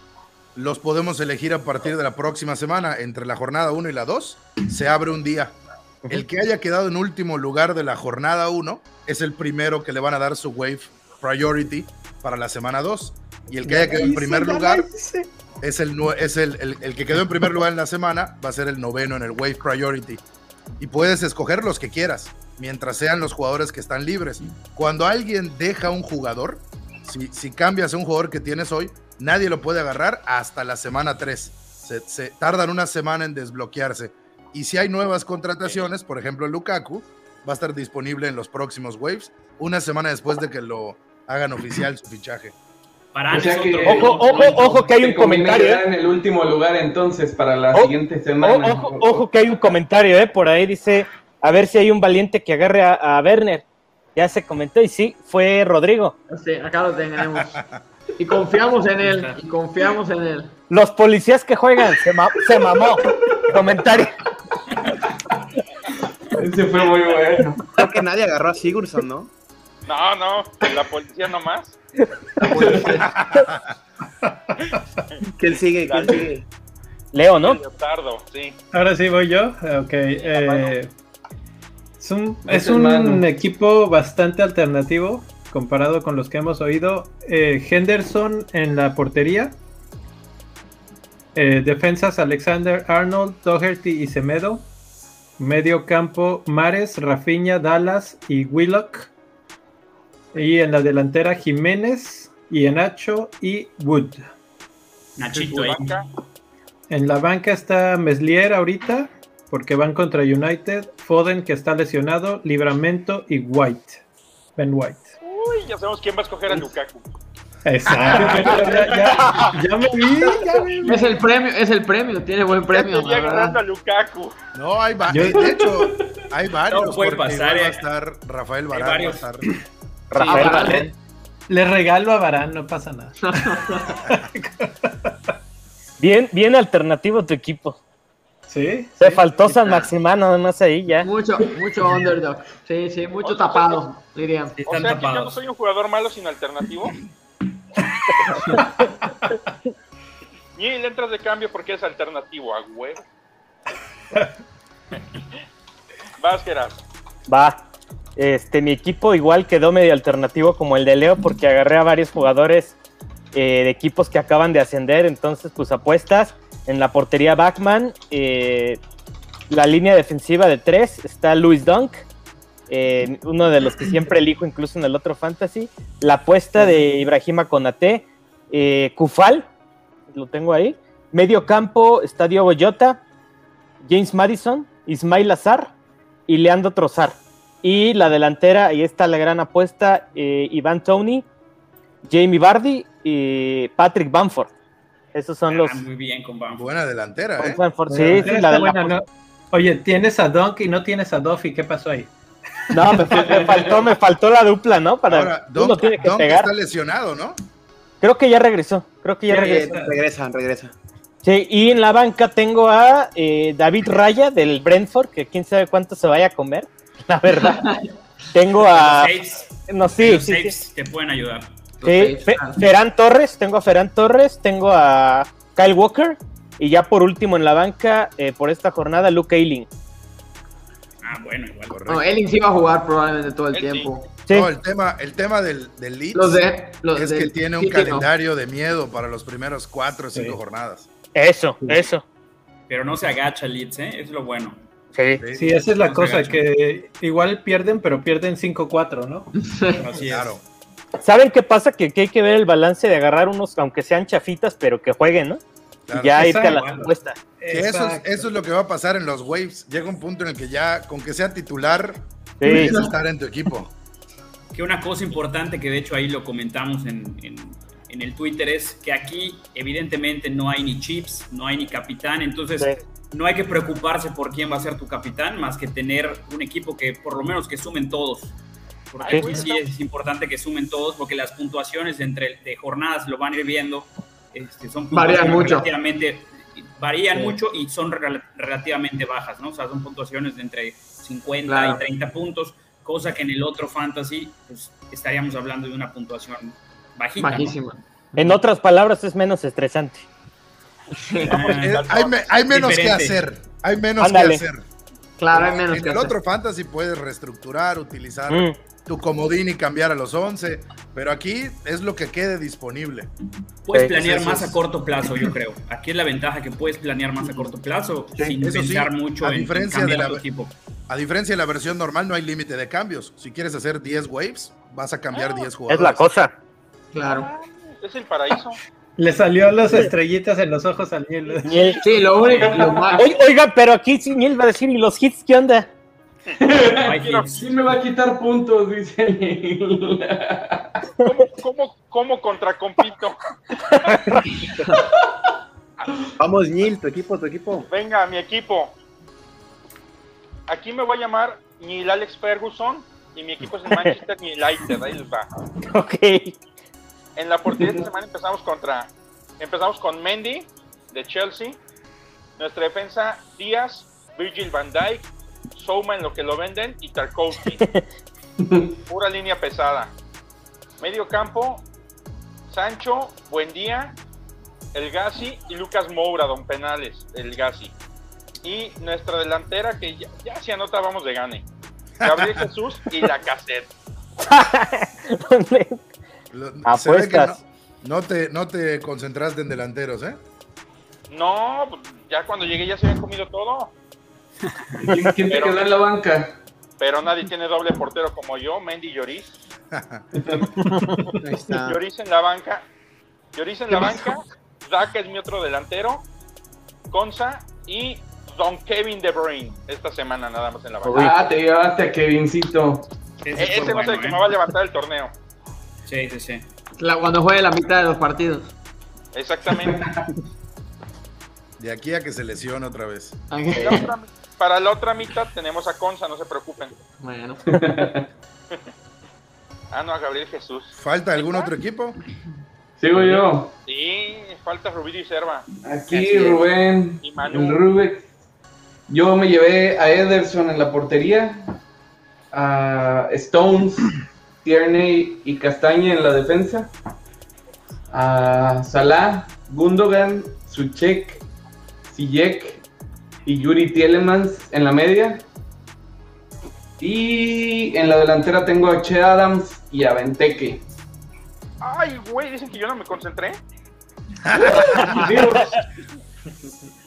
los podemos elegir a partir de la próxima semana. Entre la jornada 1 y la 2 se abre un día. El que haya quedado en último lugar de la jornada 1 es el primero que le van a dar su wave priority para la semana 2. Y el que haya quedado en primer lugar es, el, nue- es el, el- el que quedó en primer lugar en la semana, va a ser el noveno en el wave priority. Y puedes escoger los que quieras, mientras sean los jugadores que están libres. Cuando alguien deja un jugador, si, si cambias a un jugador que tienes hoy, nadie lo puede agarrar hasta la semana 3. Se, se tardan una semana en desbloquearse. Y si hay nuevas contrataciones, por ejemplo, Lukaku va a estar disponible en los próximos waves, una semana después de que lo hagan oficial su fichaje. Parán O sea es que- eh, otro. Ojo, ojo, ojo que hay un Te conviene comentario. quedar ¿eh? en el último lugar entonces para la Oh, siguiente semana. Oh, O- ojo, ojo que hay un comentario, ¿eh? Por ahí dice, a ver si hay un valiente que agarre a, a Werner. Ya se comentó y sí, fue Rodrigo. Sí, acá lo tenemos. Y confiamos en él. Y confiamos en él. Los policías que juegan, se, ma- se mamó. comentario. Ese fue muy bueno. Creo que nadie agarró a Sigurdsson, ¿no? No, no, la policía nomás. ¿Quién sigue? ¿Quién sigue? Leo, ¿no? Leotardo, sí. Ahora sí voy yo. Ok. eh, es un, es Ese un mano. equipo bastante alternativo comparado con los que hemos oído. Eh, Henderson en la portería. Eh, defensas Alexander Arnold, Doherty y Semedo. Medio campo Mares, Rafinha, Dallas y Willock. Y en la delantera Jiménez, Ienacho y Wood. Nachito ahí. Banca. En la banca está Meslier ahorita, porque van contra United, Foden que está lesionado, Libramento y White. Ben White. Uy, ya sabemos quién va a escoger a Lukaku. Exacto. ya, ya- ya me vi, ya me vi. Es el premio, es el premio, tiene buen premio. la ya tenía ganando a verdad. Lukaku. No, hay va- Yo- eh, De hecho, hay varios. No puede porque pasar, igual va a eh. estar Rafael Barán. varios. va a estar- Rafael Ah, Sí, Barán. eh, Le, le regalo a Barán, no pasa nada. Bien, bien alternativo tu equipo. Sí. Se faltó San Maximano, nada más ahí ya. Mucho, mucho underdog. Sí, sí, mucho tapado, dirían. Están O sea que yo no tapados. soy un jugador malo sin alternativo. Ni le entras de cambio porque es alternativo, a huevo. Vas, Gerard. Va. Este, mi equipo igual quedó medio alternativo como el de Leo porque agarré a varios jugadores eh, de equipos que acaban de ascender. Entonces, pues apuestas en la portería Backman. eh, la línea defensiva de tres está Luis Dunk, eh, uno de los que siempre elijo incluso en el otro fantasy. La apuesta de Ibrahima Konate, eh, Kufal, lo tengo ahí. Medio campo está Diogo Jota, James Madison, Ismail Azar y Leandro Trozar. Y la delantera, ahí está la gran apuesta, eh, Iván Tony, Jamie Bardi y Patrick Bamford. Esos son los... Ah, muy bien con Bamford. Buena delantera, ¿eh? Bamford, sí, Pero sí, está la de la- buena, ¿no? Oye, tienes a Donkey y no tienes a Duffy. ¿Qué pasó ahí? No, me, fal- me faltó, me faltó la dupla, ¿no? Para Ahora, uno Don, tiene que Don pegar. está lesionado, ¿no? Creo que ya regresó. Creo que ya Sí. regresó. regresa. regresa, regresa. Sí, y en la banca tengo a eh, David Raya del Brentford, que quién sabe cuánto se vaya a comer, la verdad. tengo a. Los saves, No, sí, los sí, sí. saves te pueden ayudar. Sí, Fe- Ah. Ferán Torres, tengo a Ferán Torres, tengo a Kyle Walker y ya por último en la banca eh, por esta jornada Luke Ayling. Ah, bueno, igual. Bueno, él sí va a jugar probablemente todo el Él sí. tiempo. Sí, No, el tema, el tema del, del Leeds Los de, los es de- que tiene un sí, que no. calendario de miedo para los primeros cuatro o cinco jornadas. eso, eso. Pero no se agacha Leeds, ¿eh? Es lo bueno. Sí. Sí, esa es la No se cosa, agacha. que igual pierden, pero pierden 5-4, ¿no? Así es. Claro. ¿Saben qué pasa? Que, que hay que ver el balance de agarrar unos, aunque sean chafitas, pero que jueguen, ¿no? claro. y ya irte Exacto. a las apuestas. Que eso, es, Exacto. eso es lo que va a pasar en los waves. Llega un punto en el que ya, con que sea titular, Sí. tienes que estar en tu equipo. Que una cosa importante que de hecho ahí lo comentamos en, en- en el Twitter es que aquí evidentemente no hay ni chips, no hay ni capitán, entonces no hay que preocuparse por quién va a ser tu capitán, más que tener un equipo que por lo menos que sumen todos. Porque Sí. aquí sí es importante que sumen todos, porque las puntuaciones de, entre, de jornadas lo van a ir viendo. este, son Varían puntuaciones mucho. Relativamente, varían mucho y son rel- relativamente bajas, ¿no? O sea, son puntuaciones de entre 50 Claro. y 30 puntos, cosa que en el otro fantasy pues, estaríamos hablando de una puntuación bajita. ¿no? Bajísima. En otras palabras, es menos estresante. Eh, Ah, hay, me- hay menos Diferente. que hacer. Hay menos Ándale. que hacer. Claro, hay menos en que el hacer. otro fantasy puedes reestructurar, utilizar Mm. tu comodín y cambiar a los 11, pero aquí es lo que quede disponible. Puedes Sí, planear sí, sí, más sí. a corto plazo, yo creo. Aquí es la ventaja que puedes planear más a corto plazo sin eso sí, pensar mucho a en- en, diferencia cambiar de la- tu equipo. A diferencia de la versión normal, no hay límite de cambios. Si quieres hacer 10 waves, vas a cambiar 10 Es jugadores. la cosa. Claro. Es el paraíso. Le salió las estrellitas en los ojos al hielo. Niel. Sí, lo único, lo más. Oy- Oiga, pero aquí sí Niel va a decir, ¿y los hits qué onda? Hay hits. Sí me va a quitar puntos, dice Neil. ¿Cómo, cómo, cómo contracompito? Vamos, Neil, tu equipo, tu equipo. Venga, mi equipo. Aquí me voy a llamar ni el Alex Ferguson y mi equipo es el Manchester United. Ahí les va. Ok. En la portería esta semana empezamos contra. Empezamos con Mendy de Chelsea. Nuestra defensa, Díaz, Virgil van Dijk, Souma en lo que lo venden y Tarkovsky. Pura línea pesada. Medio campo, Sancho, Buendía, El Gassi y Lucas Moura, Don Penales, El Gassi. Y nuestra delantera que ya, ya se anota, vamos de gane. Gabriel Jesús y la cassette. Lo- se ve que Apuestas. no, no te, no te concentraste en delanteros, ¿eh? No, pues, ya cuando llegué ya se habían comido todo. ¿Quién, quién te Pero- quedó en la banca? Pero nadie tiene doble portero como yo, Mendy Lloris. Ahí está. Lloris en la banca. Lloris en la banca. Dak es mi otro delantero. Conza y Don Kevin De Bruyne. Esta semana nada más en la banca. Ah, te llevaste a Kevincito. E- Ese Ese fue va a ser bueno, el que ¿eh? me va a levantar el torneo. Sí, sí, sí. la- cuando juegue la mitad de los partidos. Exactamente. De aquí a que se lesione otra vez. La otra- para la otra mitad tenemos a Conza, no se preocupen. Bueno. Ah, no, a Gabriel Jesús. ¿Falta algún otro equipo? Sigo yo. Sí, falta Rubidio y Serva. Aquí Así es. Rubén, Y Manu. el Rubex, Yo me llevé a Ederson en la portería, a Stones, Tierney y Castaña en la defensa, a Salah, Gundogan, Suchek, Sijek y Yuri Tielemans en la media. Y en la delantera tengo a Che Adams y a Benteke. Ay, güey, dicen que yo no me concentré.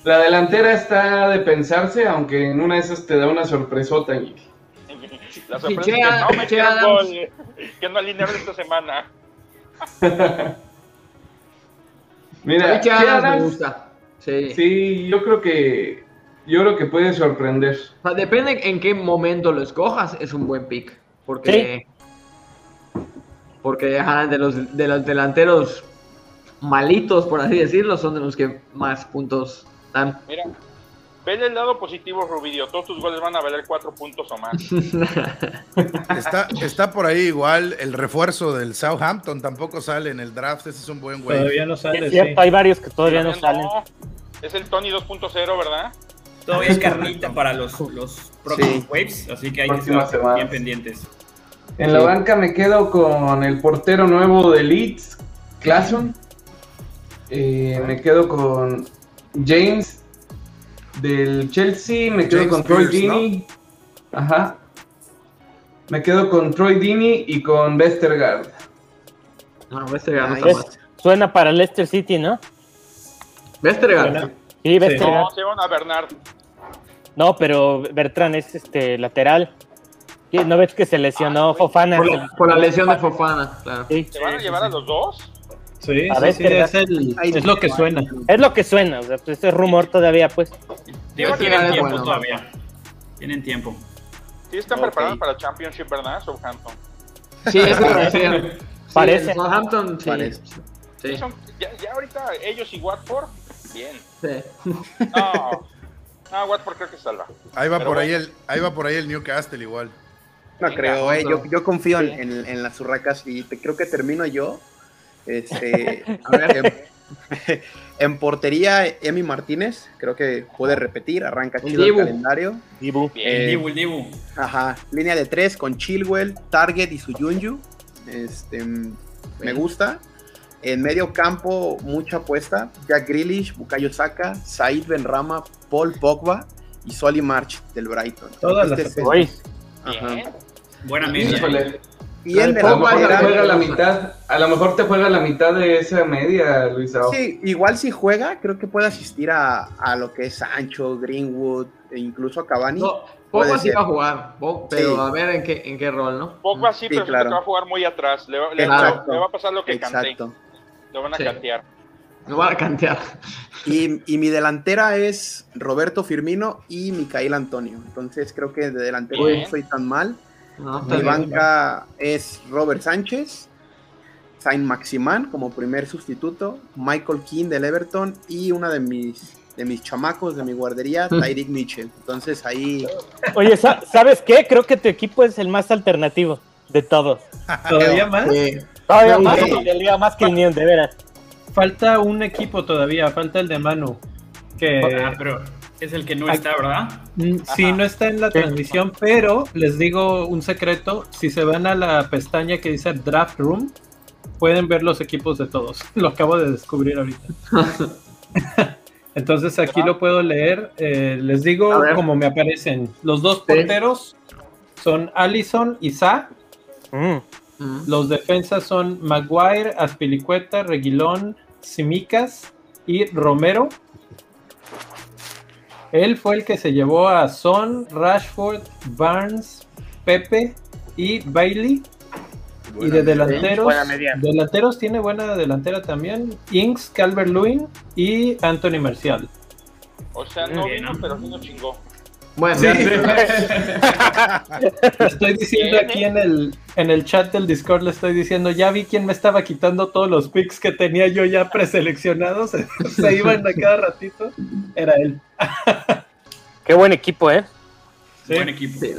La delantera está de pensarse, aunque en una de esas te da una sorpresota. Y... La sorpresa es que no me Che queda Adams. gol, eh, que no alinearon esta semana. A mí Mira, Che Che Adams me Adams, gusta. Sí. sí, yo creo que yo creo que puede sorprender. O sea, depende en qué momento lo escojas, es un buen pick. Porque. Porque ajá, de, los, de los delanteros malitos, por así decirlo, son de los que más puntos dan. Mira, vele el lado positivo, Rubidio. Todos tus goles van a valer cuatro puntos o más. Está, está por ahí igual el refuerzo del Southampton, tampoco sale en el draft, ese Pues, es un buen güey. Todavía no Sí, sale, es sí. cierto, hay varios que todavía no salen. No, es el Tony 2.0, ¿verdad? Todavía es carnita para los, los próximos Sí. waves, así que hay que Próximas estar semanas. bien pendientes. En la Sí. banca me quedo con el portero nuevo de Leeds, Clason. me quedo con James del Chelsea. Me quedo James con Troy Pierce, Deeney. Ajá. Me quedo con Troy Deeney y con Westergaard. Bueno, Vestergaard no Ay, está mal. Es- suena para Leicester City, ¿no? Vestergaard. Bueno, Sí, Vestergaard. No, se van a Bernard. No. pero Bertrán es este lateral. Sí, ¿No ves que se Ah, lesionó Fofana? Por la, por la lesión de Fofana, claro. Sí. ¿Se van a llevar a los dos? Sí, A sí, ver, sí, ¿verdad? es, el- Ay, es lo que suena. Es lo que suena, o sea, pues, es rumor todavía, pues. Digo, Sí, tienen es tiempo bueno. todavía. Tienen tiempo. Sí, están Ok. preparados para el Championship, ¿verdad? Southampton. Sí, eso me refiero. Sí, Parece. el Southampton, sí. Parece. Sí, Sí, son- ya, ya ahorita ellos y Watford, bien. sí. No, no Watford creo que salva. Ahí va Pero por ahí bueno. el, ahí va por ahí el Newcastle igual. No creo, eh. yo, yo confío Sí. en, en, en las urracas y te- creo que termino yo. Este, a ver, en, en portería, Emi Martínez, creo que puede repetir, arranca El chido el Dibu. calendario. Dibu. Bien. Eh. El Dibu, el Dibu. Ajá, línea de tres con Chilwell, Target y Suyunyu. Este, mm, me gusta. En medio campo, mucha apuesta. Jack Grealish, Bukayo Saka, Said Benrama, Paul Pogba y Solly March del Brighton. Todas las Este es el- Uy, Ajá. Bien. Buena media. Híjole, Y en a pues, lo delantera- mejor te Pogba juega la Pogba. mitad. A lo mejor te juega la mitad de esa media, Luisao. Sí, igual si juega, creo que puede asistir a, a lo que es Sancho, Greenwood e incluso a Cavani. No, Puede Pogba sí ser. va a jugar, Pog- pero Sí. a ver en qué, en qué rol, ¿no? Pogba sí, Sí, pero siento claro. que va a jugar muy atrás. Le, va- le- Exacto. le va a pasar lo que canté. Exacto. Lo van a Sí. cantear. No va a cantear. Y, y mi delantera es Roberto Firmino y Micael Antonio. Entonces creo que de delantero Bien. no soy tan mal. No, está Mi bien. banca es Robert Sánchez, Saint Maximán como primer sustituto, Michael King del Everton y una de mis de mis chamacos de mi guardería, Mm. Tyrick Mitchell. Entonces ahí Oye, sa- ¿sabes qué? Creo que tu equipo es el más alternativo de todos. Todavía más. eh, Todavía No, más sí. que el de Liga, más que el Unión, de veras. Falta un equipo todavía, falta el de Manu. Que Ah, pero es el que no está, ¿verdad? mm, sí, no está en la transmisión, pero les digo un secreto. Si se van a la pestaña que dice Draft Room, pueden ver los equipos de todos. Lo acabo de descubrir ahorita. Entonces aquí lo puedo leer. eh, les digo A ver. como me aparecen. Los dos Sí. porteros son Allison y Sa. Mm. Mm. Los defensas son Maguire, Aspilicueta, Reguilón, Simicas y Romero. Él fue el que se llevó a Son, Rashford, Barnes, Pepe y Bailey. y de delanteros, buena media. delanteros tiene buena delantera también. Inks, Calvert Lewin y Anthony Marcial. O sea, no Bien, vino, ¿no? pero sí nos chingó. Bueno, Le estoy diciendo aquí en el, en el chat del Discord, le estoy diciendo, ya vi quién me estaba quitando todos los picks que tenía yo ya preseleccionados, se iban a cada ratito, era él. Qué buen equipo, ¿eh? Sí. Buen equipo. sí,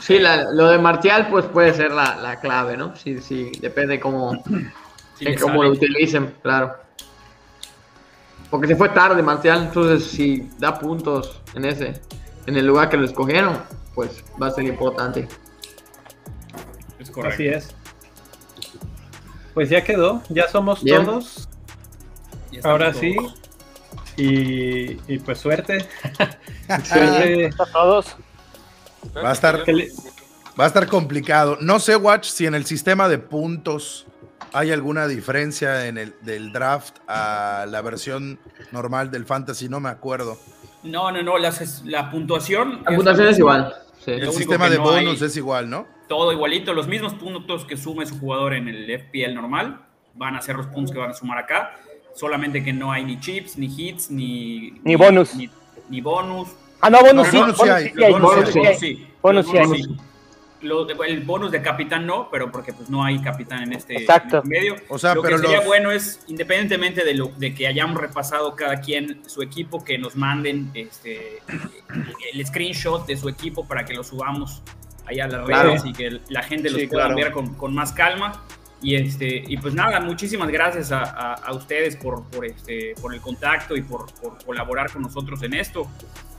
sí, la- lo de Martial pues puede ser la, la clave, ¿no? Sí, sí, depende cómo, Sí, en le cómo sale. lo utilicen, claro. Porque se fue tarde Martial, entonces si da puntos en ese. en el lugar que lo escogieron, pues va a ser importante. Es correcto. Así es. Pues ya quedó, ya somos Bien. todos. Ya estamos Ahora todos. sí. Y, y pues suerte. Suerte. A todos. Va a estar- Que le- Va a estar complicado. No sé, Watch, si en el sistema de puntos hay alguna diferencia en el, del draft a la versión normal del Fantasy, no me acuerdo. No, no, no, las- la puntuación. La puntuación es igual. Sí. El único sistema que de no bonus hay- es igual, ¿no? Todo igualito, los mismos puntos que sume su jugador en el FPL normal van a ser los puntos que van a sumar acá. Solamente que no hay ni chips, ni hits, ni. Ni bonus. Ni, ni bonus. Ah, no, bonus No, sí. bonus sí hay, sí hay, bonus sí bonus sí hay. Bonus sí hay. Bonus sí. Lo- el bonus de capitán no, pero porque pues no hay capitán en este, Exacto. en este medio. O sea, lo pero que sería los- bueno es, independientemente de, lo, de que hayamos repasado cada quien su equipo, que nos manden este, el screenshot de su equipo para que lo subamos allá a las Claro. redes y que la gente los Sí, pueda claro. ver con, con más calma. Y, este, y pues nada, muchísimas gracias a, a- a ustedes por, por, este, por el contacto y por, por colaborar con nosotros en esto.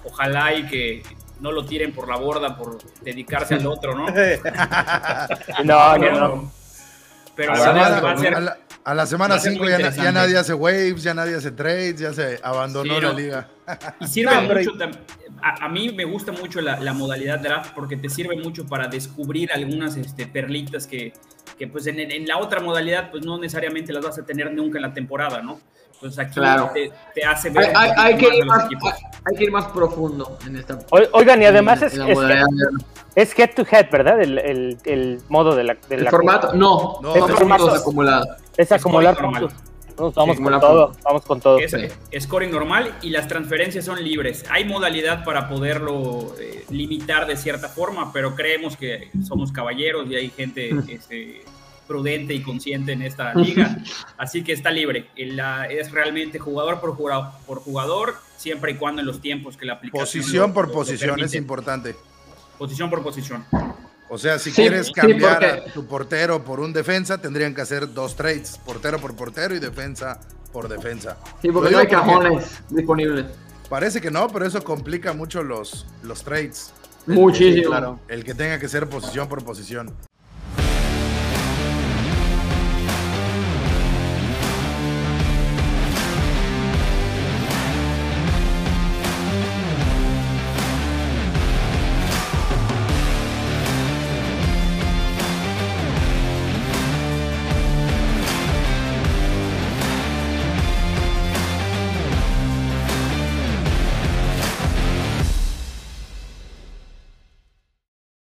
Ojalá y que no lo tiren por la borda por dedicarse al otro, ¿no? No, no, Pero- no. Pero A, sí, la, va a ser- a la- a la va semana a ser muy 5 ya, na- interesante. ya nadie hace waves, ya nadie hace trades, ya se abandonó Sí, la no. liga. Y sirve No, pero- mucho, tam- a, a mí me gusta mucho la, la modalidad draft porque te sirve mucho para descubrir algunas este, perlitas que, que, pues en, en la otra modalidad pues no necesariamente las vas a tener nunca en la temporada, ¿no? Pues aquí Claro. te, te hace ver Hay, un hay- poquito hay que ir más, más de los equipos. hay- hay que ir más profundo en esta. O- Oigan, y además en- es, en la es modalidad de- es head to head, ¿verdad? El, el- el modo de la. de El la- formato, no, No, no, el son formato- puntos acumulados. Es acumular Scoring puntos. Nos vamos Sí, con acumular todo. Vamos con todo. Es scoring normal y las transferencias son libres. Hay modalidad para poderlo eh, limitar de cierta forma, pero creemos que somos caballeros y hay gente este, prudente y consciente en esta liga. Así que está libre. El, la- es realmente jugador por jugador, por jugador, siempre y cuando en los tiempos que la aplicación. Posición lo- por lo posición es permite. importante. Posición por posición. O sea, si Sí, quieres sí, cambiar porque- a tu portero por un defensa, tendrían que hacer dos trades, portero por portero y defensa por defensa. Sí, porque Lo no hay digo porque cajones disponibles. Parece que no, pero eso complica mucho los, los trades. Muchísimo. claro. El que tenga que ser posición por posición.